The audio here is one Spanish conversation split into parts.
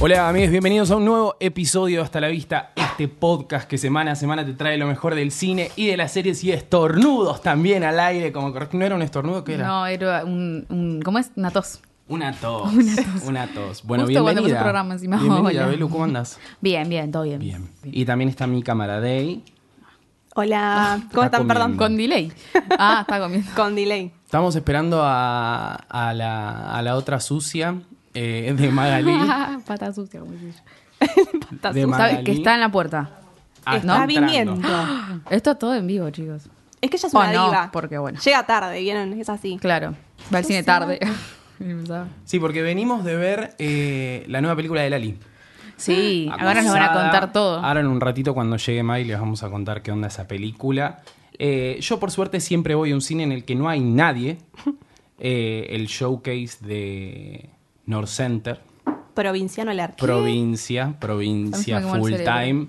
Hola amigos, bienvenidos a un nuevo episodio de Hasta la Vista, este podcast que semana a semana te trae lo mejor del cine y de las series y estornudos también al aire, como correcto. ¿No era un estornudo? ¿Qué era? No, era un, un- ¿Cómo es? Una tos. Una tos. Una tos. Una tos. Bueno, Justo cuando bienvenida. empezó el programa encima. Bienvenida, Hola. Belu, ¿cómo andás? Bien, bien, todo bien. Bien. Y también está mi cámara Day. Ah, Hola, ¿cómo está están? Perdón, comiendo. con, Con delay. Ah, está comiendo. delay. Estamos esperando a, a la, a la otra sucia eh, de Magalí. Pata sucia, como se dice. Está De su- ma- Sabe Magalí. Que está en la puerta. Ah, Está entrando. viniendo. Esto es todo en vivo, chicos. Es que ella es Oh, una no, diva. porque bueno. Llega tarde, ¿vieron? Es así. Claro. Va al cine tarde. Sí, porque venimos de ver eh, la nueva película de Lali. sí, ahora nos van a Acusada. contar todo. Ahora en un ratito cuando llegue Mai les vamos a contar qué onda esa película. Eh, yo por suerte siempre voy a un cine en el que no hay nadie. Eh, el showcase de North Center, Provinciano el arquero. provincia, provincia Está muy mal full cerebro. time,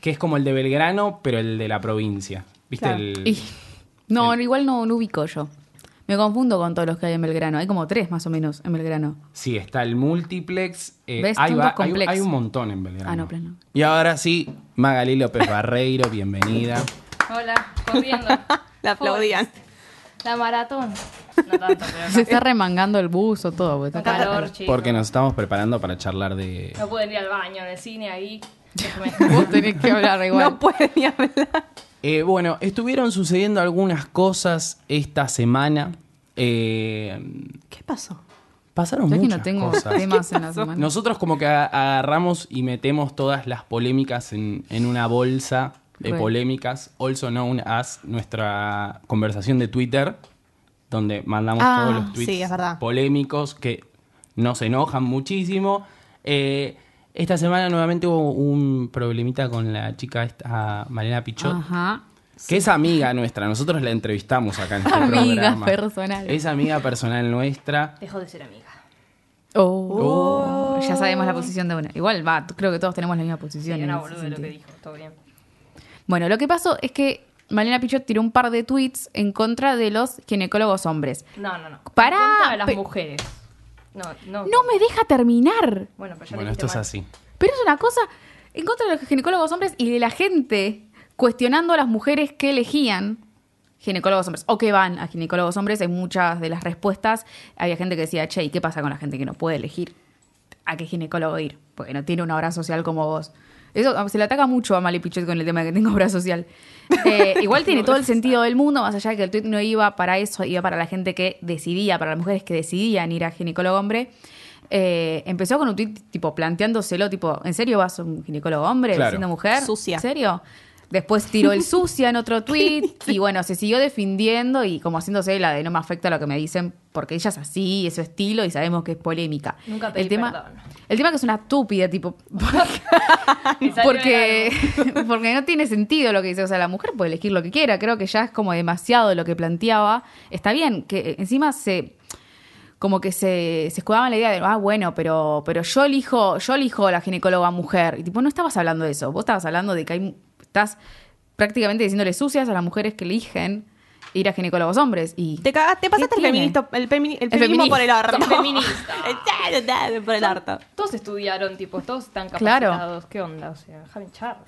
que es como el de Belgrano, pero el de la provincia. ¿Viste? Claro. El- Y- no, igual no, no ubico yo. Me confundo con todos los que hay en Belgrano. Hay como tres más o menos en Belgrano. Sí, está el multiplex. eh, ¿Ves? hay, Son va- dos hay- complexos. hay un montón en Belgrano. Ah, no, pleno. Y ahora sí, Magalí López Barreiro, bienvenida. Hola, corriendo. La aplaudían. La maratón. No tanto, pero Se está remangando el buzo, todo. porque no. está- calor, chicos. Porque nos estamos preparando para charlar de... No pueden ir al baño, en el cine, ahí. Vos tenés que hablar igual. No puede ni hablar. Eh, bueno, estuvieron sucediendo algunas cosas esta semana. Eh, ¿Qué pasó? pasaron Yo es que muchas no tengo cosas. temas en la semana. Nosotros como que a- agarramos y metemos todas las polémicas en, en una bolsa de Re. polémicas, also known as nuestra conversación de Twitter, donde mandamos Ah, todos los tweets sí, es verdad. polémicos que nos enojan muchísimo. Eh, esta semana nuevamente hubo un problemita con la chica esta, Malena Ah. Pichot. Ajá. Que es amiga nuestra, nosotros la entrevistamos acá en este Amiga programa. personal. Es amiga personal nuestra. Uh, Dejo de ser amiga. Oh. Ya sabemos la posición de una. Igual va, t- creo que todos tenemos la misma Sí, posición. en una ese boluda lo que sentido. dijo, todo bien. Bueno, lo que pasó es que Malena Pichot tiró un par de tweets en contra de los ginecólogos hombres. No, no, no. Pará, En contra de las pe- mujeres. No, no. No me deja terminar. Bueno, pero ya Bueno, dijiste esto es mal. así. Pero es una cosa en contra de los ginecólogos hombres y de la gente cuestionando a las mujeres que elegían ginecólogos hombres o que van a ginecólogos hombres. En muchas de las respuestas había gente que decía, che, ¿y qué pasa con la gente que no puede elegir a qué ginecólogo ir? Porque no tiene una obra social como vos. Eso ah, se le ataca mucho a Mali Pichet con el tema de que tengo obra social. Eh, igual tiene todo el sentido del mundo, más allá de que el tweet no iba para eso, iba para la gente que decidía, para las mujeres que decidían ir a ginecólogo hombre. Eh, empezó con un tweet tipo planteándoselo, tipo, ¿en serio vas a un ginecólogo hombre Claro. siendo mujer? Sucia. ¿En serio? Después tiró el sucia en otro tweet y bueno, se siguió defendiendo y como haciéndose la de no me afecta lo que me dicen porque ella es así, es su estilo y sabemos que es polémica. Nunca pedí el tema, perdón. El tema que es una estúpida, tipo, Me salió porque, porque no tiene sentido lo que dice. O sea, la mujer puede elegir lo que quiera. Creo que ya es como demasiado lo que planteaba. Está bien, que eh, encima se como que se, se escudaba en la idea de, ah, bueno, pero, pero yo elijo, yo elijo la ginecóloga mujer. Y tipo, no estabas hablando de eso. Vos estabas hablando de que hay, estás prácticamente diciéndole sucias a las mujeres que eligen ir a ginecólogos hombres. Y Te cagaste, te pasaste ¿Qué el, tiene? feminista, el, femini- el El feminista. feminismo por el orto. El feminista. El por el orto. Todos estudiaron, tipo, todos están Claro. capacitados. ¿Qué onda? O sea, déjame hinchar.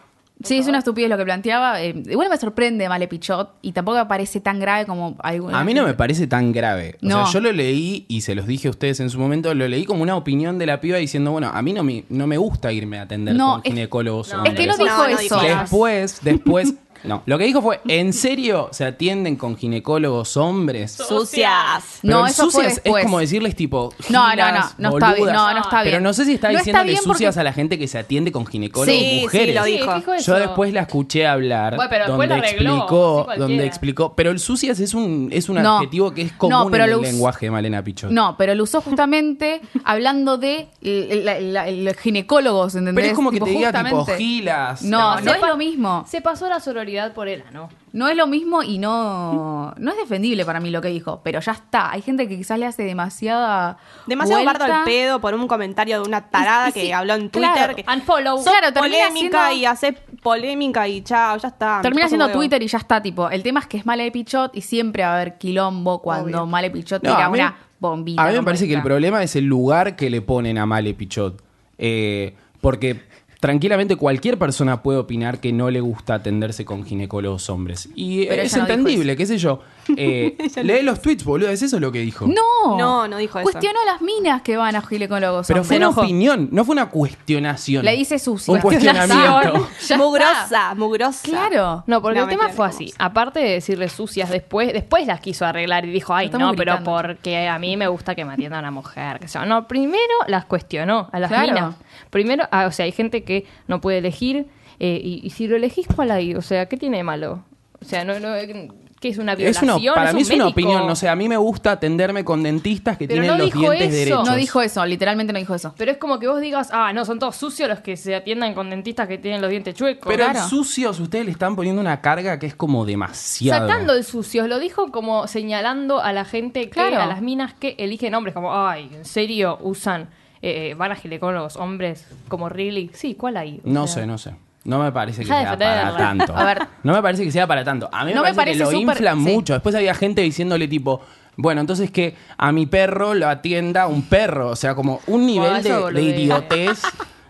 Sí, es una estupidez lo que planteaba. Eh, igual me sorprende Male Pichot y tampoco me parece tan grave como alguna A mí no me parece tan grave. O No. sea, yo lo leí y se los dije a ustedes en su momento, lo leí como una opinión de la piba diciendo, bueno, a mí no me, no me gusta irme a atender No, con es- ginecólogos no, Es hombres. que no No, dijo no eso. dijo nada. Después, después, no, lo que dijo fue, ¿en serio se atienden con ginecólogos hombres? Sucias. Pero No, el eso fue sucias después. es como decirles tipo. No, no, no, gilas, no está bien, boludas. no, no está Pero bien. no sé si está No está diciendo de bien porque- sucias a la gente que se atiende con ginecólogos Sí, sí, mujeres. lo Sí, dijo. ¿qué dijo eso? Yo después la escuché hablar Bueno, pero después donde la arregló, explicó, así cualquiera. donde explicó, pero el sucias es un es un No, adjetivo que es no, común pero en lo el us- lenguaje de Malena Pichot. No, pero lo usó justamente hablando de eh, la- la- los ginecólogos, ¿entendés? Pero es como que Tipo, te diga tipo justamente. gilas. No, no, no. es lo mismo. Se pasó la sororidad por él, ¿no? No es lo mismo y no, no es defendible para mí lo que dijo, pero ya está. Hay gente que quizás le hace demasiada Demasiado vuelta. pardo al pedo por un comentario de una tarada Y- y que sí, habló en Twitter. claro. que- Unfollow. Sos Claro, termina polémica siendo- y haces polémica y chao, ya está. me Termina chupas un siendo huevo. Twitter y ya está, tipo. El tema es que es Male Pichot y siempre va a haber quilombo cuando Obvio. Male Pichot No, tira a mí- una bombita. A mí me como parece que el esta. problema es el lugar que le ponen a Male Pichot. eh, porque tranquilamente cualquier persona puede opinar que no le gusta atenderse con ginecólogos hombres. Y Pero es ella no dijo entendible, qué sé yo. Eh, Ella no lee los tweets, boludo, es eso lo que dijo. No. No, no dijo eso. Cuestionó a las minas que van a ginecólogos. Pero hombres. fue Se una enojó. opinión, no fue una cuestionación. La dice sucia. Un cuestionamiento. Ya está. mugrosa, mugrosa. Claro. No, porque No, el tema mentira, fue no así. somos. Aparte de decirle sucias después, después las quiso arreglar y dijo, ay, Estamos no, pero gritando. porque a mí me gusta que me atienda una mujer. qué sé yo. No, primero las cuestionó a las Claro. minas. Primero, ah, o sea, hay gente que no puede elegir eh, y, y si lo elegís, ¿cuál hay? O sea, ¿qué tiene de malo? O sea, no, no, eh, ¿qué es una Es violación? una- para mí es una médico. opinión, no sé, a mí me gusta atenderme con dentistas que Pero tienen no los dijo dientes eso. derechos. No dijo eso, literalmente no dijo eso. Pero es como que vos digas, ah, no, son todos sucios los que se atiendan con dentistas que tienen los dientes chuecos. Pero Claro. el sucios, ustedes le están poniendo una carga que es como demasiado. Sacando el sucio, lo dijo como señalando a la gente, que, Claro. a las minas que eligen hombres, como, ay, ¿en serio usan, eh, eh, van a ginecólogos hombres como really? Sí, ¿cuál hay? O No sea, sé, no sé. No me parece que Deja de sea defenderla. para tanto. A ver. No me parece que sea para tanto. A mí me, No me parece, parece que lo súper- inflan sí. mucho. Después había gente diciéndole tipo, bueno, entonces que a mi perro lo atienda un perro. O sea, como un nivel Buah, eso de- de, boludea. idiotez.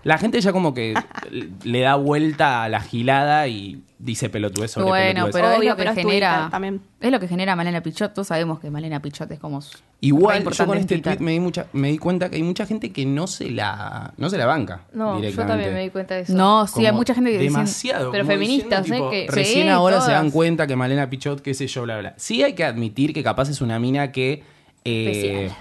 La gente ya como que le da vuelta a la gilada y dice pelotuez sobre Bueno, pelotuez. pero es Obvio, lo que pero es genera. Twitter también. Es lo que genera Malena Pichot. Todos sabemos que Malena Pichot es como. s- re Igual yo importante con en este Twitter. tweet me di, mucha, me di cuenta que hay mucha gente que no se la, no se la banca. No, yo directamente. también me di cuenta de eso. No, sí, Como hay mucha gente que dice. demasiado pero como feministas, diciendo, ¿eh? tipo, que- recién Sí, ahora se todas. dan cuenta que Malena Pichot qué sé yo bla bla bla. sí hay que admitir que capaz es una mina que eh, Especial.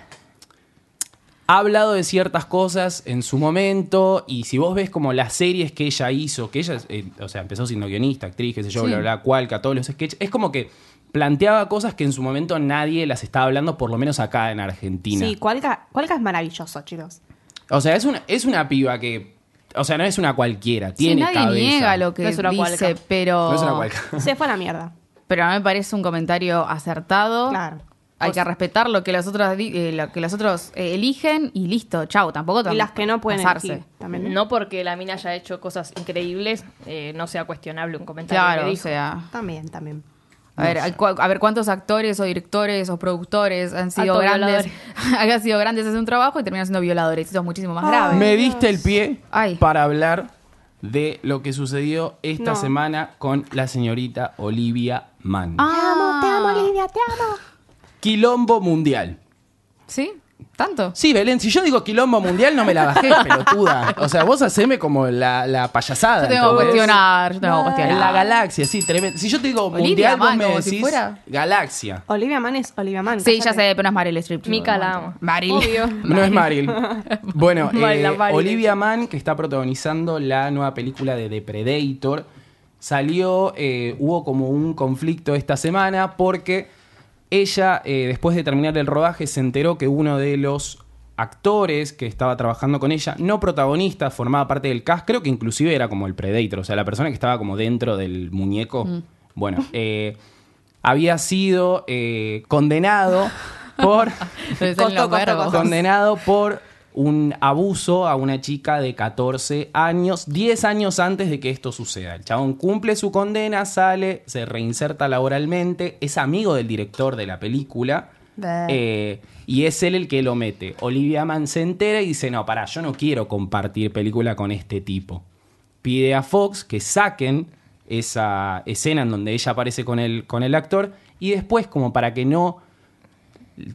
ha hablado de ciertas cosas en su momento y si vos ves como las series que ella hizo que ella eh, o sea empezó siendo guionista actriz qué sé yo Sí. bla bla bla, cualca todos los sketches es como que planteaba cosas que en su momento nadie las estaba hablando por lo menos acá en Argentina Sí, Cualca, Cualca es maravilloso, chicos. o sea es una es una piba que o sea no es una cualquiera Sí, tiene nadie cabeza. niega lo que No es una dice, cualca. pero. no es una cualca Se fue a la mierda. Pero a mí me parece un comentario acertado. Claro. Hay que respetar lo que los otros, di- eh, lo que los otros eh, eligen y listo, chau. Tampoco Y tam- las que no pueden pasarse. elegir también. No porque la mina haya hecho cosas increíbles, eh, no sea cuestionable un comentario que Claro, o dijo. sea. También, también. A ver, hay cua- a ver cuántos actores o directores o productores han sido Altos grandes. han sido grandes haciendo un trabajo y terminan siendo violadores. Eso es muchísimo más grave. Me diste el pie Ay. para hablar de lo que sucedió esta No. semana con la señorita Olivia Mann. Ah. Te amo, te amo, Lidia, te amo. Quilombo mundial. ¿Sí? ¿Tanto? Sí, Belén, si yo digo quilombo mundial no me la bajé, pelotuda. O sea, vos haceme como la, la payasada. Yo tengo que ¿entendés? cuestionar, yo tengo que cuestionar. En la galaxia, sí, tremendo. Si yo te digo mundial, vos Mann, me como si decís fuera. galaxia. Olivia Mann es Olivia Mann. Sí, ya cállate. sé, pero no es Meryl Streep. chicos, Mica la no, ama. Meryl. Obvio. No es Maril. Bueno, Mal, la eh, Maril. Olivia Mann, que está protagonizando la nueva película de The Predator, salió, eh, hubo como un conflicto esta semana porque ella, eh, después de terminar el rodaje, se enteró que uno de los actores que estaba trabajando con ella, no protagonista, formaba parte del cast, creo que inclusive era como el Predator, o sea, la persona que estaba como dentro del muñeco. Bueno, eh, había sido eh, condenado por... Entonces, Costó, en los costó, verbos. costó. Condenado por un abuso a una chica de 14 años, 10 años antes de que esto suceda. El chabón cumple su condena, sale, se reinserta laboralmente, es amigo del director de la película. Bah. eh, y es él el que lo mete. Olivia Mann se entera y dice, no, pará, yo no quiero compartir película con este tipo. Pide a Fox que saquen esa escena en donde ella aparece con el, con el actor y después, como para que no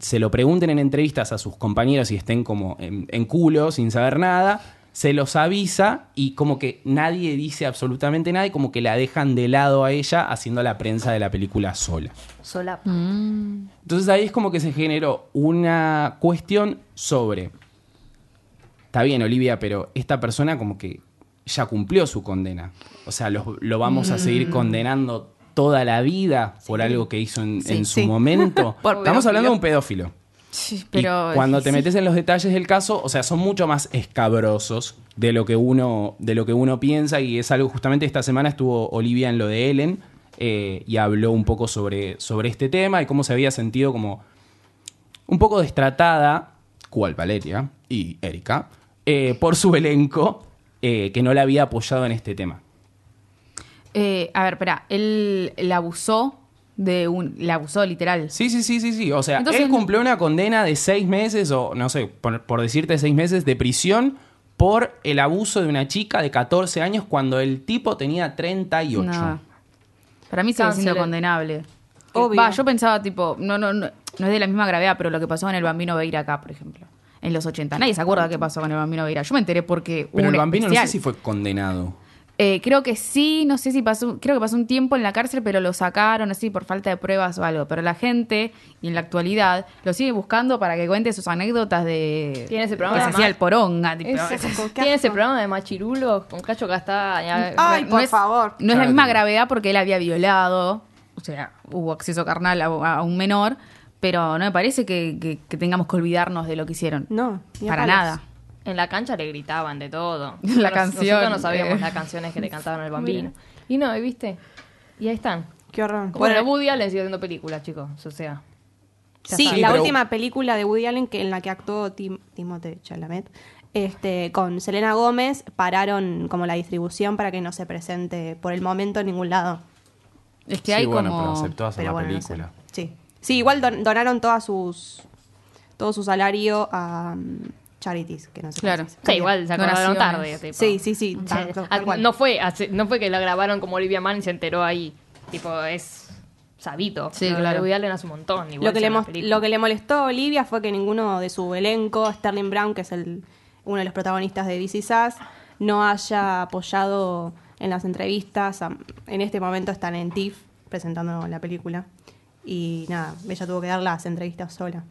se lo pregunten en entrevistas a sus compañeros y estén como en, en culo, sin saber nada, se los avisa y como que nadie dice absolutamente nada y como que la dejan de lado a ella haciendo la prensa de la película sola. Sola. Mm. Entonces ahí es como que se generó una cuestión sobre, está bien Olivia, pero esta persona como que ya cumplió su condena. O sea, lo, lo vamos a seguir condenando toda la vida por algo que hizo en, Mm. Sí, en su sí. momento. Por Estamos hablando pedófilo. de un pedófilo. Sí, Y pero cuando te sí. metes en los detalles del caso, o sea, son mucho más escabrosos de lo que uno, de lo que uno piensa y es algo justamente esta semana estuvo Olivia en lo de Ellen eh, y habló un poco sobre, sobre este tema y cómo se había sentido como un poco destratada, cual Valeria y Erika, eh, por su elenco eh, que no la había apoyado en este tema. Eh, a ver, espera, él la abusó de un. La abusó literal. Sí, sí, sí, sí, sí. O sea, Entonces- él cumplió una condena de seis meses, o no sé, por, por decirte seis meses de prisión por el abuso de una chica de 14 años cuando el tipo tenía 38. No. Para mí sigue siendo Cancelen. condenable. Eh, Obvio. Va, yo pensaba, tipo, no, no, no, no es de la misma gravedad, pero lo que pasó con el Bambino Veira acá, por ejemplo, en los 80. Nadie se acuerda qué pasó con el Bambino Veira. Yo me enteré porque hubo Pero el un bambino no especial. sé si fue condenado. Eh, creo que sí, no sé si pasó, creo que pasó un tiempo en la cárcel, pero lo sacaron así por falta de pruebas o algo. Pero la gente, y en la actualidad, lo sigue buscando para que cuente sus anécdotas de Tiene ese que programa se de hacía ma- el poronga. tipo, Es- asco, qué Tiene ese asco. programa de machirulo con Cacho Castaña. Ay, por es- favor. No es la Claro. misma gravedad porque él había violado, o sea, hubo acceso carnal a, a un menor, pero no me parece que, que- que tengamos que olvidarnos de lo que hicieron. No, ni a para palos. nada. En la cancha le gritaban de todo. La Nosotros- canción, Nosotros no sabíamos eh. las canciones que le cantaban al bambino. Y no, y ¿viste? Y ahí están. Qué horror. Bueno, Woody Allen sigue haciendo películas, chicos. O sea. ya Sí, saben. la pero- última película de Woody Allen que, en la que actuó Tim, Timothée Chalamet este, con Selena Gómez pararon como la distribución para que no se presente por el momento en ningún lado. Es que sí, hay bueno, pero como... aceptó hacer Pero la bueno, no sé. película. Sí. Sí, igual don- donaron todas sus todo su salario a um, charities, que no sé cómo Claro. se dice. Sí, igual se acordaron tarde. Donaciones. tipo. Sí, sí, sí, O tal- sea, tal al- cual. no, fue, hace- no fue que la grabaron como Olivia Mann y se enteró ahí. Tipo, es sabito. Sí, Lo de claro. Woody Allen hace un montón. Igual Lo que, se le llama mos- película. lo que le molestó a Olivia fue que ninguno de su elenco, Sterling Brown, que es el, uno de los protagonistas de This Is Us, no haya apoyado en las entrevistas. Am- En este momento están en TIFF presentando la película. Y nada, ella tuvo que dar las entrevistas sola.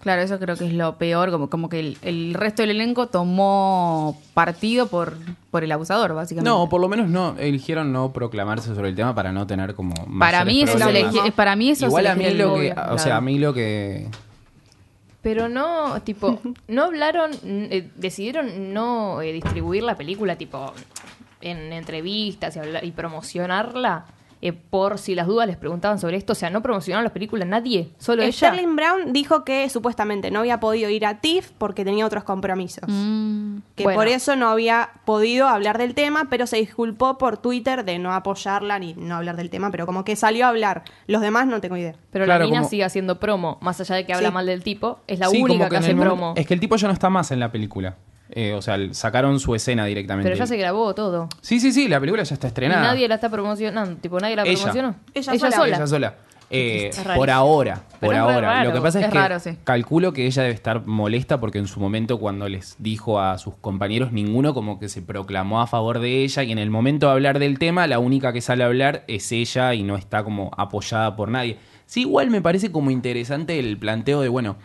Claro, eso creo que es lo peor, como, como que el, el resto del elenco tomó partido por, por el abusador, básicamente. No, por lo menos no eligieron no proclamarse sobre el tema para no tener como Para mí, eso mayores es problemas. elegi- para mí eso es Igual a mí elegir el lo que, novio, o sea, claro. a mí lo que Pero no, tipo, no hablaron, mm, eh, decidieron no eh, distribuir la película, tipo, en entrevistas y, habla- y promocionarla. eh, por si las dudas les preguntaban sobre esto, o sea, no promocionaron las películas nadie, solo ella. Sterling Brown dijo que supuestamente no había podido ir a TIFF porque tenía otros compromisos. Mm. Que Bueno. por eso no había podido hablar del tema, pero se disculpó por Twitter de no apoyarla ni no hablar del tema, pero como que salió a hablar. Los demás no tengo idea. Pero Claro, la mina como- sigue haciendo promo, más allá de que habla Sí. mal del tipo, es la Sí, como única que, en hace el momento- promo. Es que el tipo ya no está más en la película. Eh, o sea, el- sacaron su escena directamente. Pero ya se grabó todo. Sí, sí, sí, la película ya está Y estrenada. nadie la está promocionando, tipo, nadie la Ella. promocionó. Ella Ella sola. sola. Eh, Es rarísimo. por ahora, por Pero es re ahora. raro. Lo que pasa es, Es que raro, sí. calculo que ella debe estar molesta porque en su momento cuando les dijo a sus compañeros ninguno como que se proclamó a favor de ella y en el momento de hablar del tema la única que sale a hablar es ella y no está como apoyada por nadie. Sí, igual me parece como interesante el planteo de, bueno,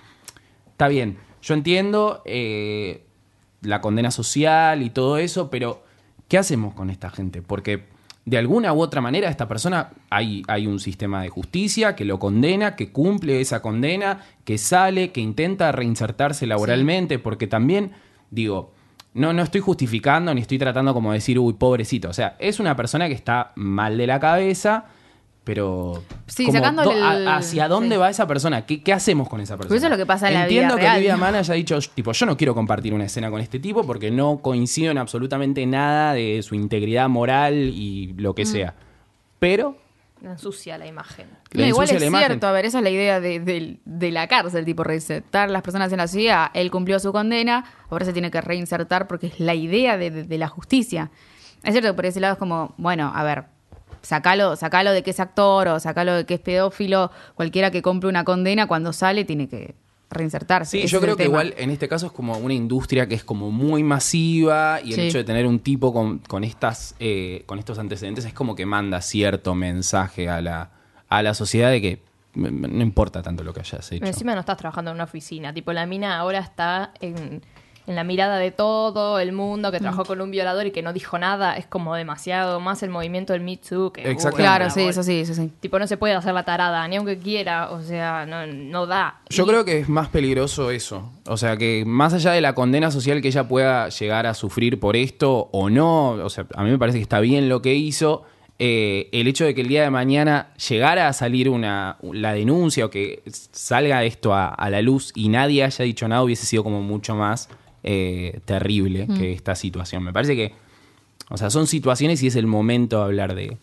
está bien, yo entiendo eh, la condena social y todo eso, pero ¿qué hacemos con esta gente? Porque de alguna u otra manera esta persona, hay, hay un sistema de justicia que lo condena, que cumple esa condena, que sale, que intenta reinsertarse laboralmente, porque también, digo, no, no estoy justificando ni estoy tratando como decir, uy, pobrecito, o sea, es una persona que está mal de la cabeza. Pero Sí, como sacándole do- a- el- hacia dónde sí. va esa persona? ¿Qué, qué hacemos con esa persona? Pero eso es lo que pasa en la Entiendo vida que real, Olivia ¿no? Mann haya dicho, tipo, yo no quiero compartir una escena con este tipo porque no coincido en absolutamente nada de su integridad moral y lo Mm. que sea. Pero La ensucia la imagen. No, le igual ensucia es la imagen. cierto, a ver, esa es la idea de, de- de la cárcel, tipo reinsertar las personas en la ciudad. Él cumplió su condena, ahora se tiene que reinsertar porque es la idea de, de- de la justicia. Es cierto que por ese lado es como, bueno, a ver, sacalo, sacalo de que es actor o sacalo de que es pedófilo, cualquiera que compre una condena cuando sale tiene que reinsertarse. Sí, Ese yo es el creo que tema. igual en este caso es como una industria que es como muy masiva y el Sí. hecho de tener un tipo con, con estas, eh, con estos antecedentes es como que manda cierto mensaje a la, a la sociedad de que mm, mm, no importa tanto lo que hayas hecho. Pero encima no estás trabajando en una oficina. Tipo, la mina ahora está en, en la mirada de todo el mundo Mm. que trabajó con un violador y que no dijo nada. Es como demasiado más el movimiento del Me Too que. Exactamente. Claro, la sí, bol- eso sí, eso sí. Tipo, no se puede hacer la tarada, ni aunque quiera. O sea, no, no da. Yo Y- creo que es más peligroso eso. O sea, que más allá de la condena social que ella pueda llegar a sufrir por esto o no, o sea, a mí me parece que está bien lo que hizo. eh, el hecho de que el día de mañana llegara a salir una, la denuncia o que salga esto a, a la luz y nadie haya dicho nada hubiese sido como mucho más eh, terrible que esta situación. Me parece que, o sea, son situaciones y es el momento de hablar de,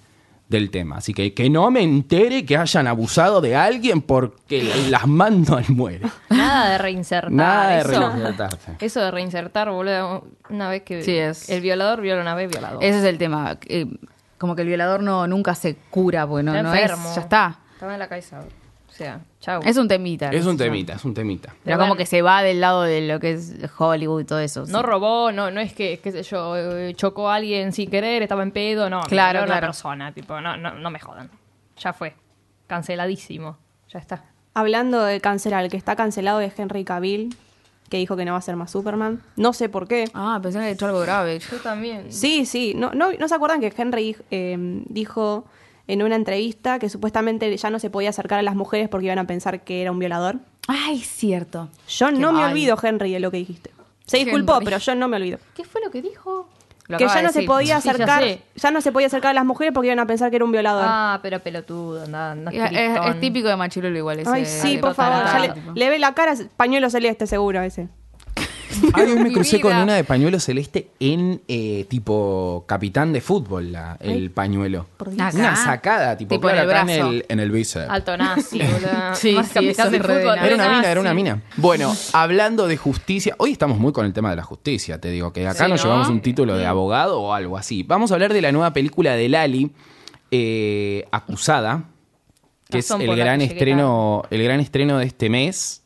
del tema. Así que que no me entere que hayan abusado de alguien porque las mando al muere. Nada de reinsertar. Nada de eso. reinsertarse. Eso de reinsertar, boludo, una vez que Sí, es. el violador viola una vez, violador. Ese es el tema. eh, como que el violador no nunca se cura, bueno, Está no es- enfermo. ya está. Está en la cabeza. O sea, chau. Es un temita. Es ¿no? un temita, es un temita. Pero Pero como bueno. que se va del lado de lo que es Hollywood y todo eso. No sí. robó, no, no es que, qué sé yo, eh, chocó a alguien sin querer, estaba en pedo, no. Claro, era claro. una persona, tipo, no, no, no me jodan. Ya fue. Canceladísimo. Ya está. Hablando de cancelar, el que está cancelado es Henry Cavill, que dijo que no va a ser más Superman. No sé por qué. Ah, pensé que había hecho algo grave. Yo también. Sí, sí. No, no, ¿no se acuerdan que Henry eh, dijo en una entrevista que supuestamente ya no se podía acercar a las mujeres porque iban a pensar que era un violador? Ay, cierto. Yo no me mal. olvido, Henry, de lo que dijiste. Se disculpó, Henry. pero yo no me olvido. ¿Qué fue lo que dijo? Lo que acaba ya de no se decir. podía Sí, ya acercar, ya, sé. no se podía acercar a las mujeres porque iban a pensar que era un violador. Ah, pero pelotudo, nada, no es Es, es- tiritón. es típico de Machirulo igual ese. Ay, sí, de por favor. ya tarado, le, tipo. le ve la cara, pañuelo celeste seguro ese. Ah, yo me Mi crucé con vida. una de pañuelo celeste en eh, tipo capitán de fútbol, la- el pañuelo. Dios. Una Acá. sacada, tipo, Tipo en claro, el acá brazo. en el, en el bíceps. Alto nazi, boludo. Sí, Más sí, capitán eso de es re fútbol. nazi. Era re una mina, era una nazi. mina. Bueno, hablando de justicia, hoy estamos muy con el tema de la justicia, te digo, que acá Sí, nos ¿no? llevamos un título de abogado o algo así. Vamos a hablar de la nueva película de Lali, eh, Acusada, que Razón es por el la gran, que llegué estreno, el gran estreno de este mes.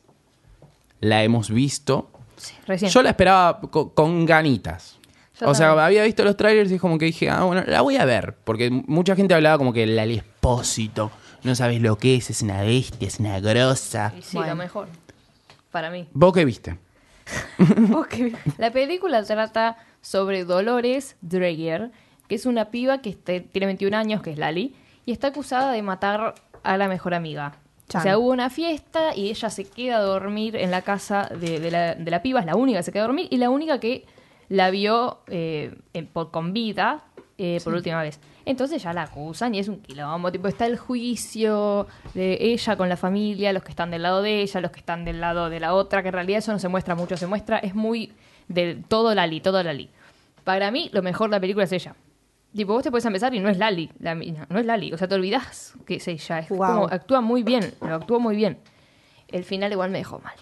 La hemos visto. Sí, recién. Yo la esperaba co- con ganitas. Yo o sea, también. había visto los trailers y como que dije, ah, bueno, la voy a ver. Porque m- mucha gente hablaba como que Lali Espósito, no sabes lo que es, es una bestia, es una grosa. Y sí, Bueno. lo mejor. Para mí. ¿Vos qué viste? Ok. La película trata sobre Dolores Dreyer, que es una piba que este- tiene 21 años, que es Lali, y está acusada de matar a la mejor amiga. Chan. O sea, hubo una fiesta y ella se queda a dormir en la casa de, de la, de la piba, es la única que se queda a dormir y la única que la vio eh, en- por, con vida eh, por última vez. Entonces ya la acusan y es un quilombo, tipo está el juicio de ella con la familia, los que están del lado de ella, los que están del lado de la otra, que en realidad eso no se muestra mucho, se muestra, es muy de todo Lali, todo Lali. Para mí lo mejor de la película es ella. Tipo, vos te puedes empezar y no es Lali, la mina, no es Lali, o sea, te olvidás que es ella, es Wow. como actúa muy bien, lo actuó muy bien. El final igual me dejó mal.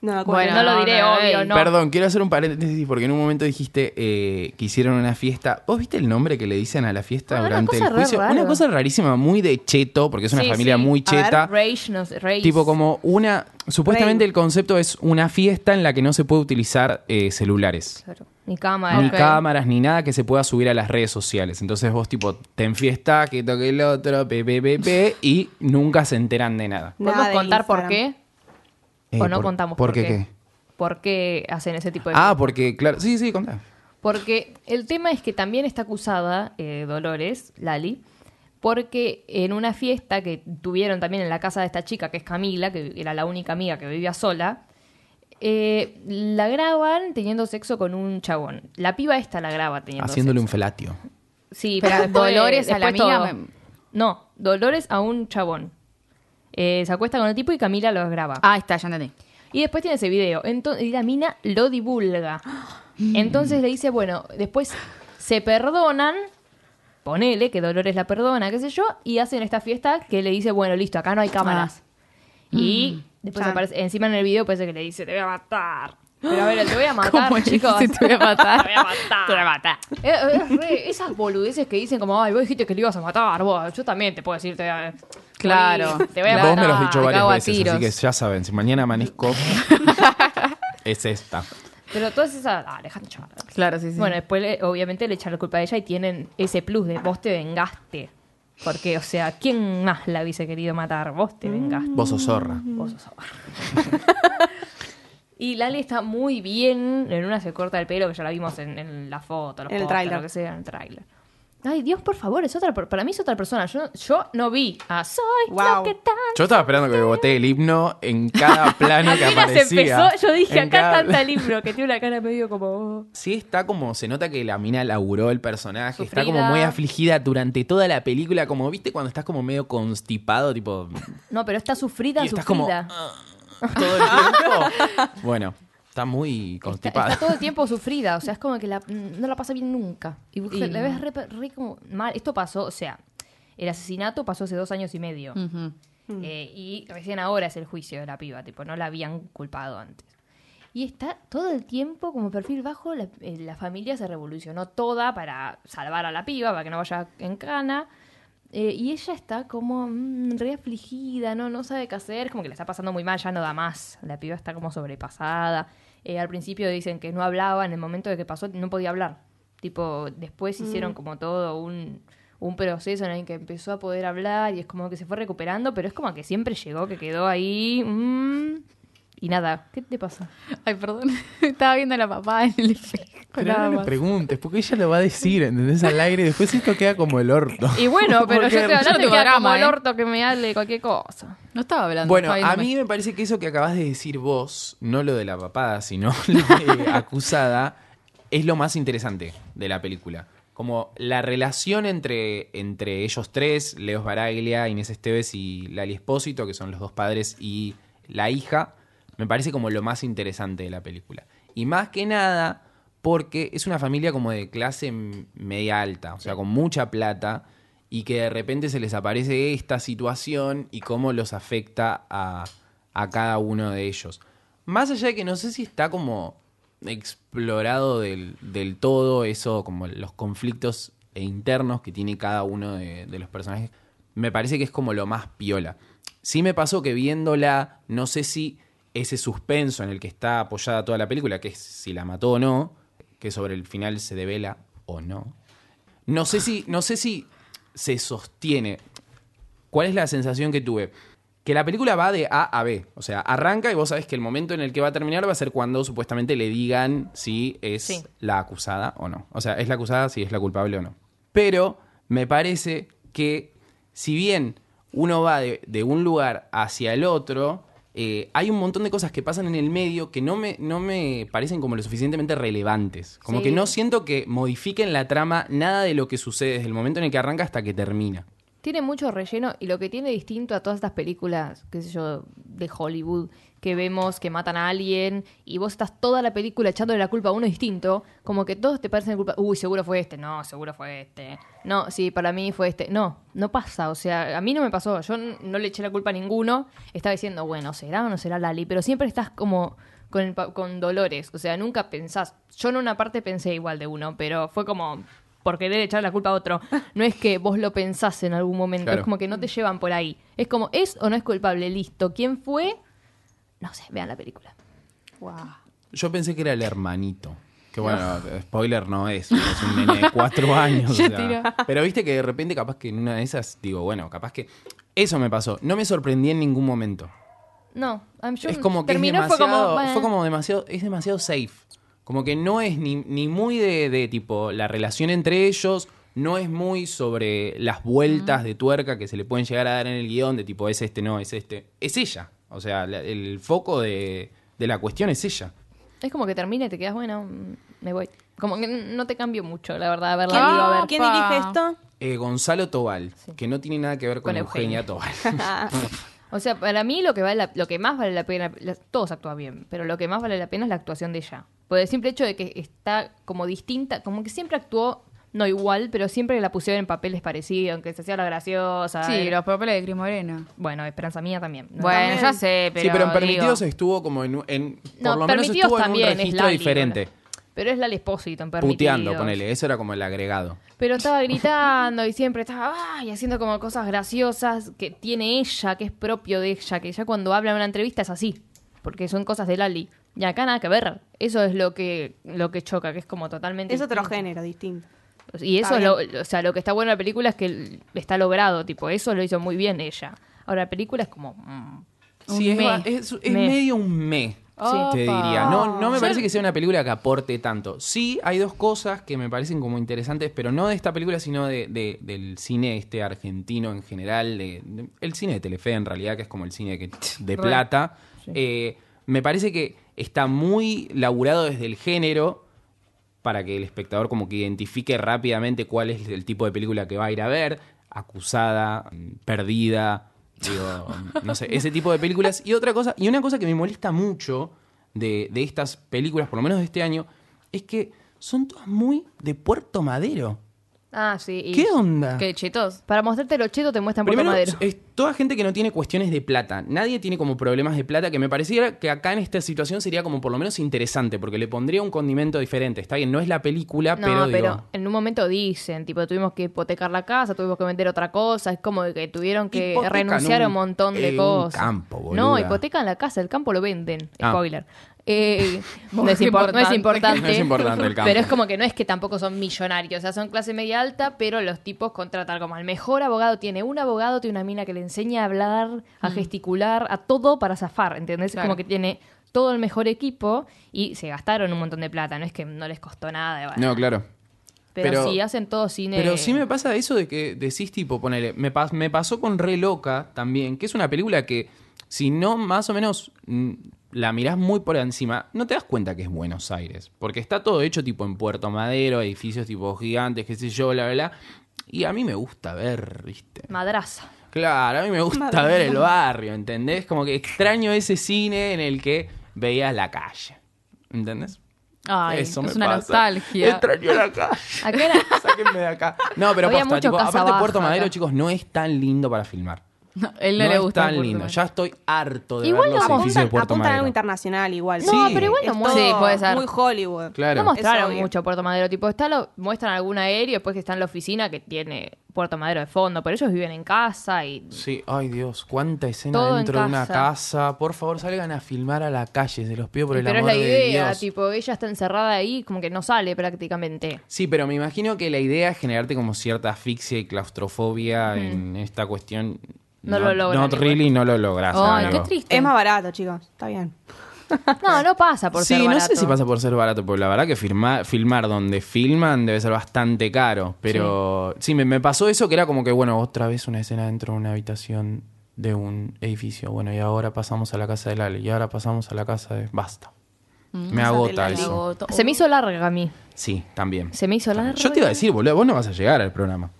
No me acuerdo. Bueno, no lo diré, no, obvio, ey. no. Perdón, quiero hacer un paréntesis porque en un momento dijiste eh, que hicieron una fiesta. ¿Vos viste el nombre que le dicen a la fiesta Ah, una durante el cosa re juicio? rara. Una cosa rarísima, muy de cheto, porque es una Sí, familia sí. muy A ver, cheta. Rage, no sé, Rage. Tipo como una... Supuestamente el concepto es una fiesta en la que no se puede utilizar eh, celulares. Claro. Ni cámara. Ni Ah, Ok. cámaras, ni nada que se pueda subir a las redes sociales. Entonces vos tipo, te enfiesta, que toque el otro, pe, pe, pe, pe, y nunca se enteran de nada. ¿Podemos Nada de contar por Instagram. qué? Eh, ¿O no por- contamos por, Pues ¿Por qué qué? ¿Por qué hacen ese tipo de Ah, cosas? porque, claro, sí, sí, contá. Porque el tema es que también está acusada eh, Dolores, Lali, porque en una fiesta que tuvieron también en la casa de esta chica, que es Camila, que era la única amiga que vivía sola, eh, la graban teniendo sexo con un chabón. La piba esta la graba teniendo Haciéndole sexo. un felatio. Sí, Pero pero después- Dolores a la después amiga todo. me- No, Dolores a un chabón. Eh, se acuesta con el tipo y Camila lo graba. Ah, está, ya entendí. Y después tiene ese video. Entonces, y la mina lo divulga. Entonces le dice, bueno, después se perdonan. Ponele que Dolores la perdona, qué sé yo. Y hacen esta fiesta que le dice, bueno, listo, acá no hay cámaras. Y después Chan. aparece, encima en el video parece que le dice, te voy a matar. Pero a ver, te voy a matar, ¿Cómo le chicos. dice, "Te voy a matar"? te voy a matar. Eh, Te voy a matar. esas boludeces que dicen como, ay, vos dijiste que le ibas a matar, vos. Yo también te puedo decir, te voy a... Claro. Te voy a Vos matar. me lo has dicho te varias cago a veces, tiros. así que ya saben, si mañana amanezco, es esta. Pero todas esas... Ah, déjate llorar. Claro, sí, sí. Bueno, después le- obviamente le echan la culpa a ella y tienen ese plus de vos te vengaste. Porque, o sea, ¿quién más la hubiese querido matar? Vos te vengaste. Vos sos zorra. Mm. Vos sos zorra. y Lali está muy bien. En una se corta el pelo, que ya la vimos en, en la foto, los En el póster, tráiler. lo que sea, en el tráiler. Ay, Dios, por favor, es otra, per- para mí es otra persona. Yo, yo no vi a Soy lo Guau. que tan... Yo estaba esperando que boté el himno en cada plano que Apenas aparecía. empezó, yo dije, En acá cada- canta el libro, que tiene una cara medio como... "Oh". Sí está como, se nota que la mina laburó el personaje, está como Sufrida. muy afligida durante toda la película, como viste cuando estás como medio constipado, tipo... No, pero está sufrida, y estás como... sufrida. "Ah", todo el tiempo. bueno, está muy Está, constipada. está todo el tiempo sufrida, mm, o sea, es como que la- no la pasa bien nunca. Y, vos la ves re, re como mal. Esto pasó, o sea, El asesinato pasó hace dos años y medio. Ujú. Eh, y recién ahora es el juicio de la piba, tipo, no la habían culpado antes. Y está todo el tiempo como perfil bajo, la, eh, la familia se revolucionó toda para salvar a la piba, para que no vaya en cana. Eh, y ella está como mm, re afligida, ¿no? no sabe qué hacer, como que la está pasando muy mal, ya no da más. La piba está como sobrepasada. Eh, al principio dicen que no hablaba, en el momento de que pasó no podía hablar. Tipo, después hicieron como todo un, un proceso en el que empezó a poder hablar y es como que se fue recuperando, pero es como que siempre llegó, que quedó ahí. mm, y nada, ¿qué te pasa? Ay, perdón. Estaba viendo a la papá en el espejo. Pero nada no le más. preguntes, porque ella lo va a decir, ¿entendés? Al aire. Después esto queda como el orto. Y bueno, pero Porque yo estoy yo hablando tengo que era drama, como el ¿eh? orto que me hable cualquier cosa. No estaba hablando. Bueno, estaba a viéndome. mí me parece que eso que acabas de decir vos, no lo de la papada, sino la eh, acusada, es lo más interesante de la película. Como la relación entre, entre ellos tres, Leos Baraglia, Inés Esteves y Lali Espósito, que son los dos padres y la hija, me parece como lo más interesante de la película. Y más que nada, porque es una familia como de clase m- media alta, o sea, con mucha plata, y que de repente se les aparece esta situación y cómo los afecta a, a cada uno de ellos. Más allá de que no sé si está como explorado del, del todo eso, como los conflictos e internos que tiene cada uno de, de los personajes, me parece que es como lo más piola. Sí me pasó que viéndola, no sé si ese suspenso en el que está apoyada toda la película, que es si la mató o no, que sobre el final se devela o no, no sé si, no sé si se sostiene. ¿Cuál es la sensación que tuve? Que la película va de A a B. O sea, arranca y vos sabés que el momento en el que va a terminar va a ser cuando supuestamente le digan si es Sí. la acusada o no. O sea, es la acusada, si es la culpable o no. Pero me parece que si bien uno va de, de un lugar hacia el otro, eh, hay un montón de cosas que pasan en el medio que no me, no me parecen como lo suficientemente relevantes. Como Sí. que no siento que modifiquen la trama nada de lo que sucede desde el momento en el que arranca hasta que termina. Tiene mucho relleno y lo que tiene distinto a todas estas películas, qué sé yo, de Hollywood, que vemos que matan a alguien y vos estás toda la película echándole la culpa a uno distinto, como que todos te parecen culpa, uy, seguro fue este, no, seguro fue este, no, sí, para mí fue este, no, no pasa, o sea, a mí no me pasó, yo n- no le eché la culpa a ninguno, estaba diciendo, bueno, será o no será Lali, pero siempre estás como con, el pa- con dolores, o sea, nunca pensás, yo en una parte pensé igual de uno, pero fue como por querer echar la culpa a otro, no es que vos lo pensás en algún momento, Claro. es como que no te llevan por ahí, es como, ¿es o no es culpable? Listo, ¿quién fue? No sé, vean la película. Yo pensé que era el hermanito. Que bueno, eh, spoiler no es, es un nene de cuatro años. o Ya sea. tiró. Pero viste que de repente capaz que en una de esas, digo, bueno, capaz que eso me pasó. No me sorprendí en ningún momento. No, I'm sure es como que es terminó, fue demasiado, como, fue como, bueno. demasiado, es demasiado safe. Como que no es ni, ni muy de, de, tipo la relación entre ellos, no es muy sobre las Mm. vueltas de tuerca que se le pueden llegar a dar en el guión, de tipo es este, no, es este. Es ella. O sea, la- el foco de, de la cuestión es ella. Es como que termina y te quedas, bueno, mm, me voy. Como que n- no te cambió mucho, la verdad, haberla ¿Quién, ido a ver. ¿quién pa. dirige esto? Eh, Gonzalo Tobal, que no tiene nada que ver con, Con Eugenia, Eugenia. Tobal. O sea, para mí lo que vale la- lo que más vale la pena, la- todos actúan bien, pero lo que más vale la pena es la actuación de ella. Por el simple hecho de que está como distinta, como que siempre actuó no igual, pero siempre la pusieron en papeles parecidos, aunque se hacía la graciosa. Sí, era- los papeles de Cris Morena. Bueno, Esperanza Mía también. ¿no? Bueno, también. ya sé, pero. sí, pero en digo- Permitidos estuvo como en. un- en- No, por lo menos Permitidos estuvo en un también es registro Lali, diferente. Pero es la Espósito en Permitidos. Puteando, ponele. Eso era como el agregado. Pero estaba gritando y siempre estaba "Ah", y haciendo como cosas graciosas que tiene ella, que es propio de ella, que ella cuando habla en una entrevista es así, porque son cosas de Lali. Y acá nada que ver. Eso es lo que, lo que choca, que es como totalmente. Es otro distinto. género distinto. Y eso Está es lo, lo- o sea, lo que está bueno en la película es que l- está logrado, tipo, eso lo hizo muy bien ella. Ahora la película es como. mm, Un Sí, es, me. ba- es- es Me. medio un me. Opa. Te diría. No, no me parece que sea una película que aporte tanto. Sí, hay dos cosas que me parecen como interesantes, pero no de esta película, sino de, de- del cine este argentino en general, de- de- el cine de Telefe en realidad, que es como el cine que, de plata. Eh, me parece que está muy laburado desde el género para que el espectador como que identifique rápidamente cuál es el tipo de película que va a ir a ver, acusada, mm, perdida, digo, mm, no sé, ese tipo de películas. Y otra cosa, y una cosa que me molesta mucho de, de estas películas, por lo menos de este año, es que son todas muy de Puerto Madero. Ah, sí. y- ¿Qué onda? ¿Qué, chetos? Para mostrarte lo cheto te muestran Puerto Primero, Madero. es toda gente que no tiene cuestiones de plata. Nadie tiene como problemas de plata, que me pareciera que acá en esta situación sería como por lo menos interesante, porque le pondría un condimento diferente. Está bien, no es la película, No, pero, pero, digo, en un momento dicen, tipo, tuvimos que hipotecar la casa, tuvimos que vender otra cosa, es como que tuvieron que Hipotecan renunciar a un un- montón de eh, un cosas. campo, boluda. No, hipotecan la casa, el campo lo venden, Ah. spoiler. Eh, no, Muy es impor- no es importante. importante. No es importante el campo. Pero es como que no es que tampoco son millonarios, o sea, son clase media alta, pero los tipos contratan como al mejor abogado, tiene un abogado, tiene una mina que le enseña a hablar, a gesticular, a todo para zafar, ¿entendés? Mm. Es Claro. como que tiene todo el mejor equipo y se gastaron un montón de plata, no es que no les costó nada. bueno. No, claro. Pero, Pero- si hacen todo cine. Pero sí me pasa eso de que decís tipo, ponele, me, pas- me pasó con Re Loca también, que es una película que si no más o menos mm, la mirás muy por encima, no te das cuenta que es Buenos Aires, porque está todo hecho tipo en Puerto Madero, edificios tipo gigantes, qué sé yo, bla, bla, bla. Y a mí me gusta ver, viste. Madraza. Claro, a mí me gusta Madre. ver el barrio, ¿entendés? Como que extraño ese cine en el que veías la calle, ¿entendés? Ay, Eso me es una pasa. nostalgia. Extraño la calle. Acá era- Sáquenme de acá. No, pero Había posta, mucho tipo, casa aparte baja Puerto Madero, acá. chicos, no es tan lindo para filmar. No, él no, No le es gusta. tan Puerto lindo. Madero. Ya estoy harto de Igual ver los no edificios de Apuntan, Puerto apuntan a algo Madero. internacional igual. Sí. No, pero igual no Es muestran. Sí, todo puede ser. Muy Hollywood. Claro. No mostraron Es obvio. mucho Puerto Madero. Tipo, está lo, muestran algún aéreo, después que está en la oficina que tiene Puerto Madero de fondo. Pero ellos viven en casa y. Sí, ay Dios, cuánta escena Todo en dentro de una casa. casa. Por favor, salgan a filmar a la calle, se los pido por el pero es amor la de idea, Dios. tipo, ella está encerrada ahí, como que no sale prácticamente. Sí, pero me imagino que la idea es generarte como cierta asfixia y claustrofobia en esta cuestión. No lo logran Not igual. really, no lo logras. Ay, amigo. qué triste. Es más barato, chicos. Está bien. No, no pasa por sí, ser no barato. sé si pasa por ser barato, porque la verdad que firma- filmar donde filman debe ser bastante caro. Pero sí, me, me pasó eso que era como que, bueno, otra vez una escena dentro de una habitación de un edificio. Bueno, y ahora pasamos a la casa de Lale, y ahora pasamos a la casa de... Basta. me Mm. casa de agota Lale. eso. Me agota. Se me hizo larga a mí. Sí, también. Se me hizo larga. Yo te iba a decir, boludo, vos no vas a llegar al programa.